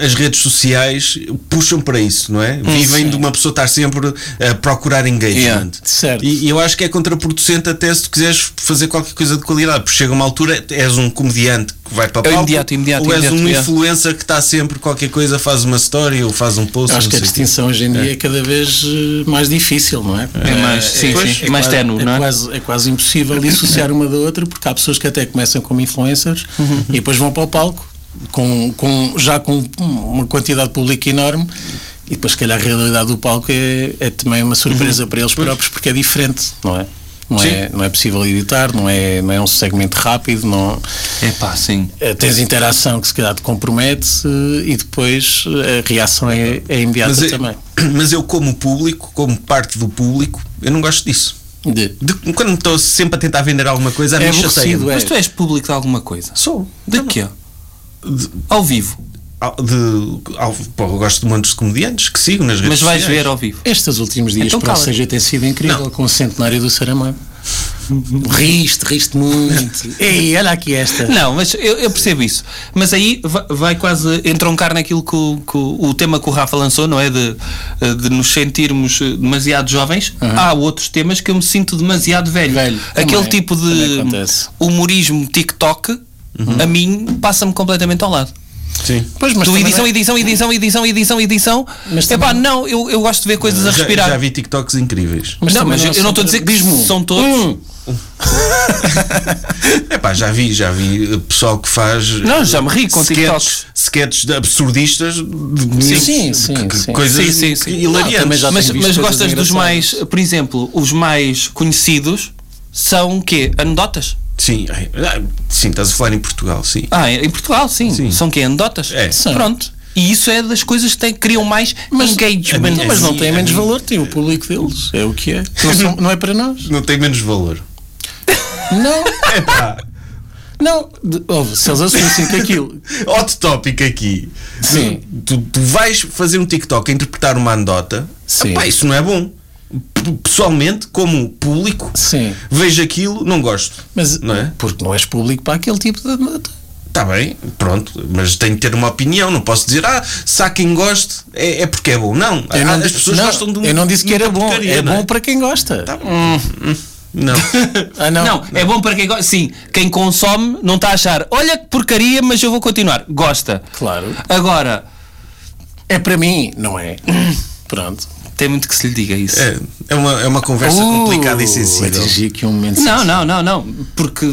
as redes sociais puxam para isso, não é? Vivem de uma pessoa estar sempre a procurar engagement.
Yeah,
certo.
E, e eu acho que é contraproducente até se tu quiseres fazer qualquer coisa de qualidade, porque chega uma altura, és um comediante que vai para o
É
palco,
imediato, imediato,
ou és
imediato,
um
yeah.
influencer que está sempre qualquer coisa, faz uma story ou faz um post.
Eu acho
não
que a
sei o quê.
distinção hoje em dia é cada vez eh, mais difícil, não é?
É mais- sim, sim, mais
quase-
ténue,
é
não é?
Quase, é quase impossível dissociar uma da outra, porque há pessoas que até começam como influencers
Uhum.
e depois vão para o palco, com, com- já com uma quantidade de público enorme, e depois, se calhar, a realidade do palco é, é também uma surpresa
Uhum.
para eles próprios, porque é diferente, não é? Não é, não é possível editar, não é, não é um segmento rápido, não,
É pá, sim.
Eh, tens interação que se calhar te compromete eh, e depois eh, a reação é, é imediata
mas, eu-
também.
mas eu, como público, como parte do público, eu não gosto disso.
De-
De- quando estou sempre a tentar vender alguma coisa, a
É
mim chateia.
aborrecido, é.
Mas tu és público de alguma coisa?
Sou. Então,
De quê? Ao vivo.
Ao- De, ao- pô, eu gosto de montes de comediantes que sigo nas redes
Mas vais
sociais.
ver ao vivo.
Estes últimos dias
Então
para o
cala-te.
Seja tem sido incrível com o centenário do Saramago. Riste, riste muito. Ei, olha aqui esta.
Não, mas eu, eu percebo isso. Mas aí va- vai quase entroncar naquilo que o, que o- o tema que o Rafa lançou, não é? De, eh, de nos sentirmos eh, demasiado jovens. Há outros temas que eu me sinto demasiado velho.
Velho,
Aquele
também,
tipo
também
de
acontece. Uhum.
humorismo TikTok, a mim, passa-me completamente ao lado.
Sim.
Pois,
tu
também
edição,
não é-
edição, edição, edição, edição, edição.
Mas
Epá,
também-
não, eu, eu gosto de ver coisas a
Já,
respirar.
já vi TikToks incríveis.
Mas
não,
também
mas
não
eu- eu não estou a dizer que
Diz-me um.
são todos.
É pá, já vi, já vi eh, pessoal que faz. eh,
Não, já me ri com TikToks.
Sketches de absurdistas de
Sim,
de-
sim,
de-
sim,
que- que-
sim.
coisas
Sim, sim, sim.
Não, também
hilariantes.
já
mas
tenho visto
mas
coisas
gostas dos mais,
engraçadas.
por exemplo, os mais conhecidos são o quê? Anedotas?
Sim, ai, ah, sim, estás a falar em Portugal, sim.
Ah, em Portugal, sim.
Sim.
São o quê? Anedotas?
É.
São.
Pronto. E isso é das coisas que têm- criam mais engagement.
Não, mas não
Sim,
tem
a
menos
mim-
valor, tem o público deles. É o que é. Não, são- não é para nós.
Não tem menos valor.
Não,
É pá,
não. De- ouve, se eles assumissem que aquilo.
hot topic aqui.
Sim.
Tu, tu vais fazer um TikTok a interpretar uma anedota.
Sim.
Epá, isso não é bom. P- Pessoalmente, como público,
Sim.
vejo aquilo, não gosto.
Mas
Não é?
porque não és público para aquele tipo de.
Está Tá bem, pronto, mas tenho de ter uma opinião, não posso dizer, ah, se há quem goste, é, é porque é bom. Não,
Eu
há-
não
as
disse-
pessoas
não,
gostam de um.
Eu não disse que era bom. é bom
para.
para quem gosta.
Não,
Ah, não.
Tá Não, é bom para quem gosta. Sim, quem consome não está a achar, olha que porcaria, mas eu vou continuar. Gosta.
Claro.
Agora,
É para mim, não é? Pronto.
tem muito que se lhe diga isso.
é, é uma, é uma conversa complicada e
Uh,
sensível.
Atingi aqui um momento
Não, não, não, não. Porque,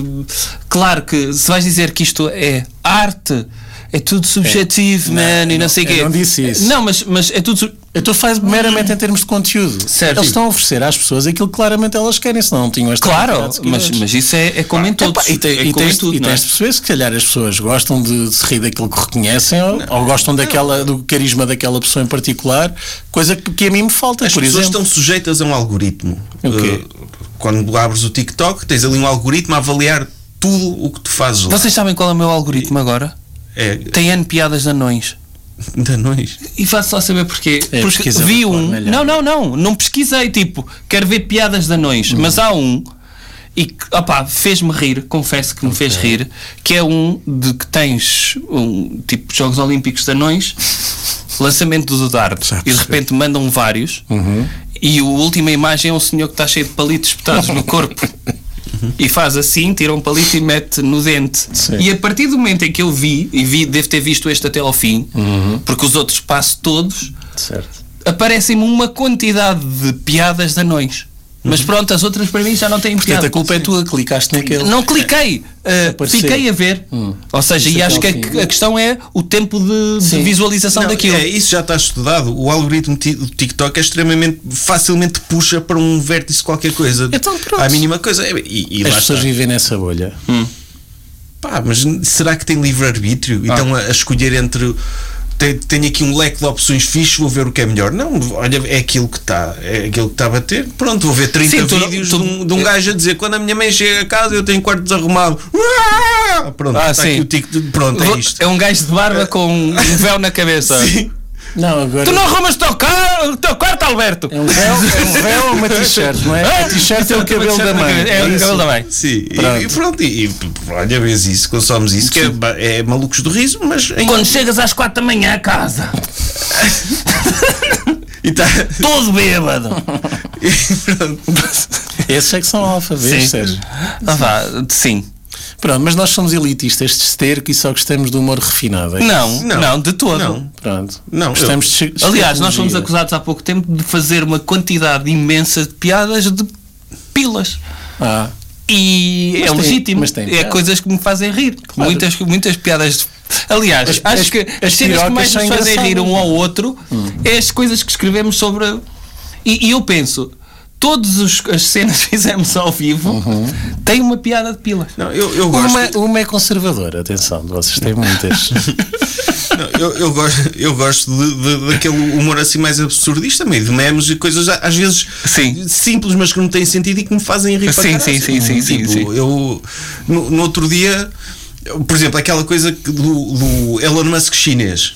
claro que se vais dizer que isto é arte, é tudo subjetivo,
É. Não,
mano, e não
não,
sei o
eu
quê.
não disse isso.
Não, mas, mas é tudo. sub-
Eu estou a falar meramente em termos de conteúdo.
Certo.
Eles estão a oferecer às pessoas aquilo que claramente elas querem, senão não tinham esta
Claro,
quantidade de
mas,
seguidores.
mas isso é, é como em todos.
Epá, e te-
é
e
como
tens,
em tudo,
e
não é?
tens de perceber se calhar as pessoas gostam de, de se rir daquilo que reconhecem ou, ou gostam daquela, do carisma daquela pessoa em particular, coisa que, que a mim me falta,
As
por
pessoas
exemplo.
estão sujeitas a um algoritmo.
O quê?
Uh, Quando abres o TikTok, tens ali um algoritmo a avaliar tudo o que tu fazes lá.
Vocês sabem qual é o meu algoritmo agora?
É,
Tem N piadas de anões.
da nois.
E faço só saber porquê.
É,
Porque
pesquisa
vi
do
um. Não,
Cornelhão.
não, não. Não pesquisei. Tipo, quero ver piadas de anões.
Hum.
Mas há um. E que, opá, fez-me rir. Confesso que me fez rir. Que é um de que tens. Um, tipo, Jogos Olímpicos de Anões. Lançamento do dardo. E de repente mandam vários.
Uhum.
E a última imagem é um senhor que está cheio de palitos espetados no corpo. E faz assim, tira um palito e mete no dente.
Sim.
E a partir do momento em que eu vi, e vi, devo ter visto este até ao fim,
Uhum.
porque os outros passo todos,
Certo.
aparecem-me uma quantidade de piadas de anões. Mas pronto, as outras para mim já não têm
Portanto,
piada.
Uhum. a culpa é tua, clicaste naquele.
Não cliquei, uh,
Apareceu.
fiquei a ver. Ou seja,
Isso
e
é
acho que
claro, sim.
a, a questão é o tempo de, de
Sim.
visualização
Não,
daquilo.
é, isso já está estudado. O algoritmo ti- do TikTok é extremamente facilmente puxa para um vértice de qualquer coisa.
Então, pronto.
À mínima coisa. É, E, e
As
lá está.
pessoas vivem nessa bolha.
Pá, mas será que tem livre-arbítrio? E Então a, a escolher entre. Tenho, tenho aqui um leque de opções fixe, vou ver o que é melhor. Não, olha, é aquilo que está. É aquilo que está a bater. Pronto, vou ver 30
Sim, tu não-
vídeos
tu-
de, um, de um gajo a dizer quando a minha mãe chega a casa eu tenho quarto desarrumado. Uá! Pronto,
Ah,
está
sim.
aqui o TikTok. Pronto, é
Vo-
isto.
é um gajo de barba com um véu na cabeça.
Não, agora.
Tu não arrumas o teu ca- o teu quarto, Alberto!
É um véu, é um véu ou uma t-shirt, não é? A t-shirt é o cabelo da mãe.
Ah! É o
isso.
cabelo da mãe.
Sim,
Pronto.
E, e pronto, e, e olha, vês isso, consomes isso, que é, ba- é malucos do riso, mas em-
Quando chegas às quatro da manhã a casa,
e tá-
todo bêbado.
e pronto.
Esses é que são alfavês, Sérgio.
Ah, vá, sim.
Pronto, mas nós somos elitistas de esterco e só gostamos do humor refinado. é isso?
Não, não,
Não.
de todo.
Não.
Pronto.
Não,
Gostamos de um de
Aliás, nós fomos
tecnologia.
acusados há pouco tempo de fazer uma quantidade imensa de piadas de pilas.
Ah,
E
Mas
é
tem-
legítimo.
mas tem
é
piada.
coisas que me fazem rir. Muitas, muitas piadas. de- Aliás,
As-
acho
as-
que as
as
cenas que
pirocas
mais
são
nos fazem rir um
engraçadas. Hum.
ao outro é as coisas que escrevemos sobre. E, e eu penso, todas as cenas que fizemos ao vivo
Uhum.
têm uma piada de pilas.
Não, eu, eu gosto.
uma, uma é conservadora, atenção, vocês têm muitas.
Não, eu, eu gosto, eu gosto de- de- daquele humor assim mais absurdista, meio de memes e coisas a- às vezes
Sim.
simples, mas que não têm sentido e que me fazem rir para
Sim,
caralho.
sim, sim, sim, sim,
Tipo,
sim.
Eu no, no outro dia Por exemplo, aquela coisa que do, do Elon Musk chinês,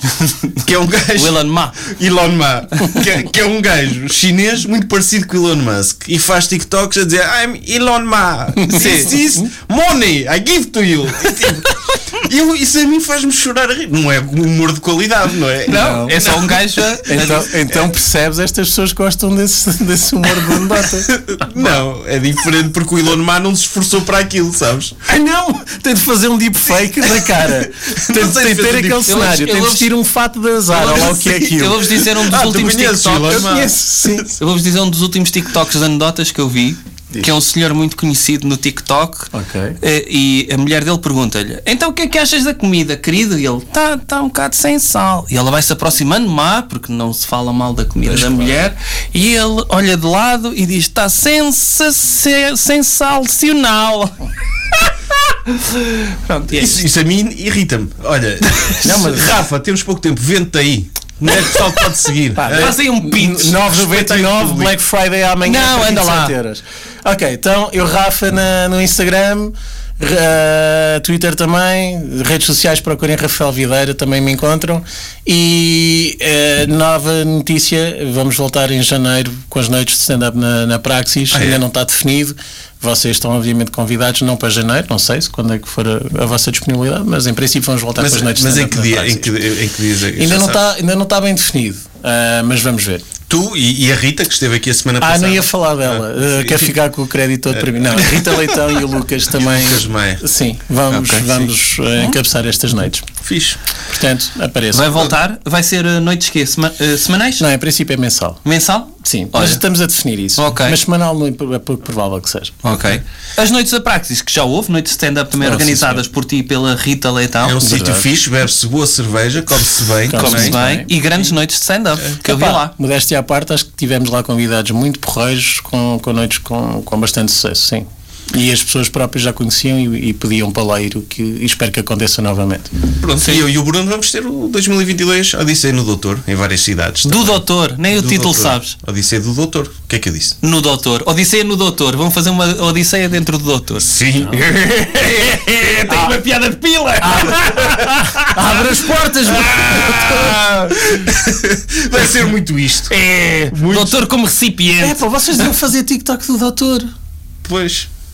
que é um gajo.
O Elon Ma.
Elon Ma, que, é- que é um gajo chinês muito parecido com o Elon Musk e faz TikToks a dizer I'm Elon Ma, this
Sim.
is money, I give to you. E, tipo, eu- isso a mim faz-me chorar a rir. Não é humor de qualidade, não é?
Não, é só um gajo. a-
Então,
É.
então percebes, estas pessoas gostam desse, desse humor de anedota.
Não, é diferente porque o Elon Musk não se esforçou para aquilo, sabes?
Ah não! Tem de fazer um deepfake da cara. Tem
Não
de
sei fazer
tem de ter aquele
deepfake.
cenário. Tem de
Eu-
vestir um fato de azar.
Eu-
Olha lá o que é aquilo.
Eu vou-vos dizer um dos
Ah, tu
últimos
conheces o
TikToks.
Elon Musk?
Conheço, sim.
Eu vou-vos dizer um dos últimos TikToks de anedotas que eu vi, que é um senhor muito conhecido no TikTok.
Ok.
eh, E a mulher dele pergunta-lhe: Então o que é que achas da comida, querido? E ele: Tá, tá um bocado sem sal. E ela vai se aproximando má, porque não se fala mal da comida da mulher. E ele olha de lado e diz: "Tá Está sensacional. Pronto, e é
Isso, isso a mim irrita-me. Olha, Rafa, temos pouco tempo, vende-te aí. Não é que só pode seguir. É.
Fazem um pitch.
9,99 Black Friday amanhã.
Não,
por
anda
27
lá.
euros. Ok, então eu, Rafa, na- no Instagram, eh, Twitter também, redes sociais procurem Rafael Videira, também me encontram. E eh, nova notícia: vamos voltar em janeiro com as noites de stand-up na, na Praxis,
Ah, é?
ainda não está definido. Vocês estão, obviamente, convidados, não para janeiro, não sei se quando é que for a, a vossa disponibilidade, mas em princípio vamos voltar
Mas,
com as noites
mas
de
em
stand-up.
que
na
dia? Em
Praxis.
que, em que dias é que
Ainda
já
não, tá
sabes?
está, ainda não está bem definido, eh, mas vamos ver.
Tu e, e a Rita, que esteve aqui a semana
Ah,
passada.
não ia falar dela.
Ah,
Uh, quer ficar com o crédito todo para mim. Não, a Rita Leitão e o Lucas também.
Lucas Maia.
Sim, vamos,
Ok,
vamos uh, encabeçar estas noites.
Fixe.
Portanto, apareça.
Vai voltar? Vai ser eh, noites que? Sema- eh, semanais?
Não, em princípio é mensal.
Mensal?
Sim,
Olha.
mas estamos a definir isso.
Ok.
Mas semanal não é é pouco provável que seja.
Ok.
É
As noites da Praxis, que já houve, noites de stand-up também
Ah, sim,
organizadas por ti e pela Rita Leitão.
É um sítio
Verdade.
fixe, bebe-se boa cerveja, come-se bem. é?
Come-se
Come-se
bem.
bem.
E grandes noites de stand-up, que eu vi
É. Epá,
lá.
Modéstia à parte, acho que tivemos lá convidados muito porreiros com, com noites com, com bastante sucesso, sim. E as pessoas próprias já conheciam e, e pediam para lá ir, o que e espero que aconteça novamente.
Pronto, e eu e o Bruno vamos ter o 2022 Odisseia no Doutor, em várias cidades.
Do Doutor, nem o
Do
título
Doutor.
sabes.
Odisseia do Doutor. O que é que eu disse?
No Doutor. Odisseia no Doutor. Vão fazer uma Odisseia dentro do Doutor.
Sim.
Tem uma piada de pila! Ah. Abre as portas!
Ah. Vai ser muito isto.
doutor como
É,
recipiente.
pá, vocês deviam fazer TikTok do doutor.
Pois.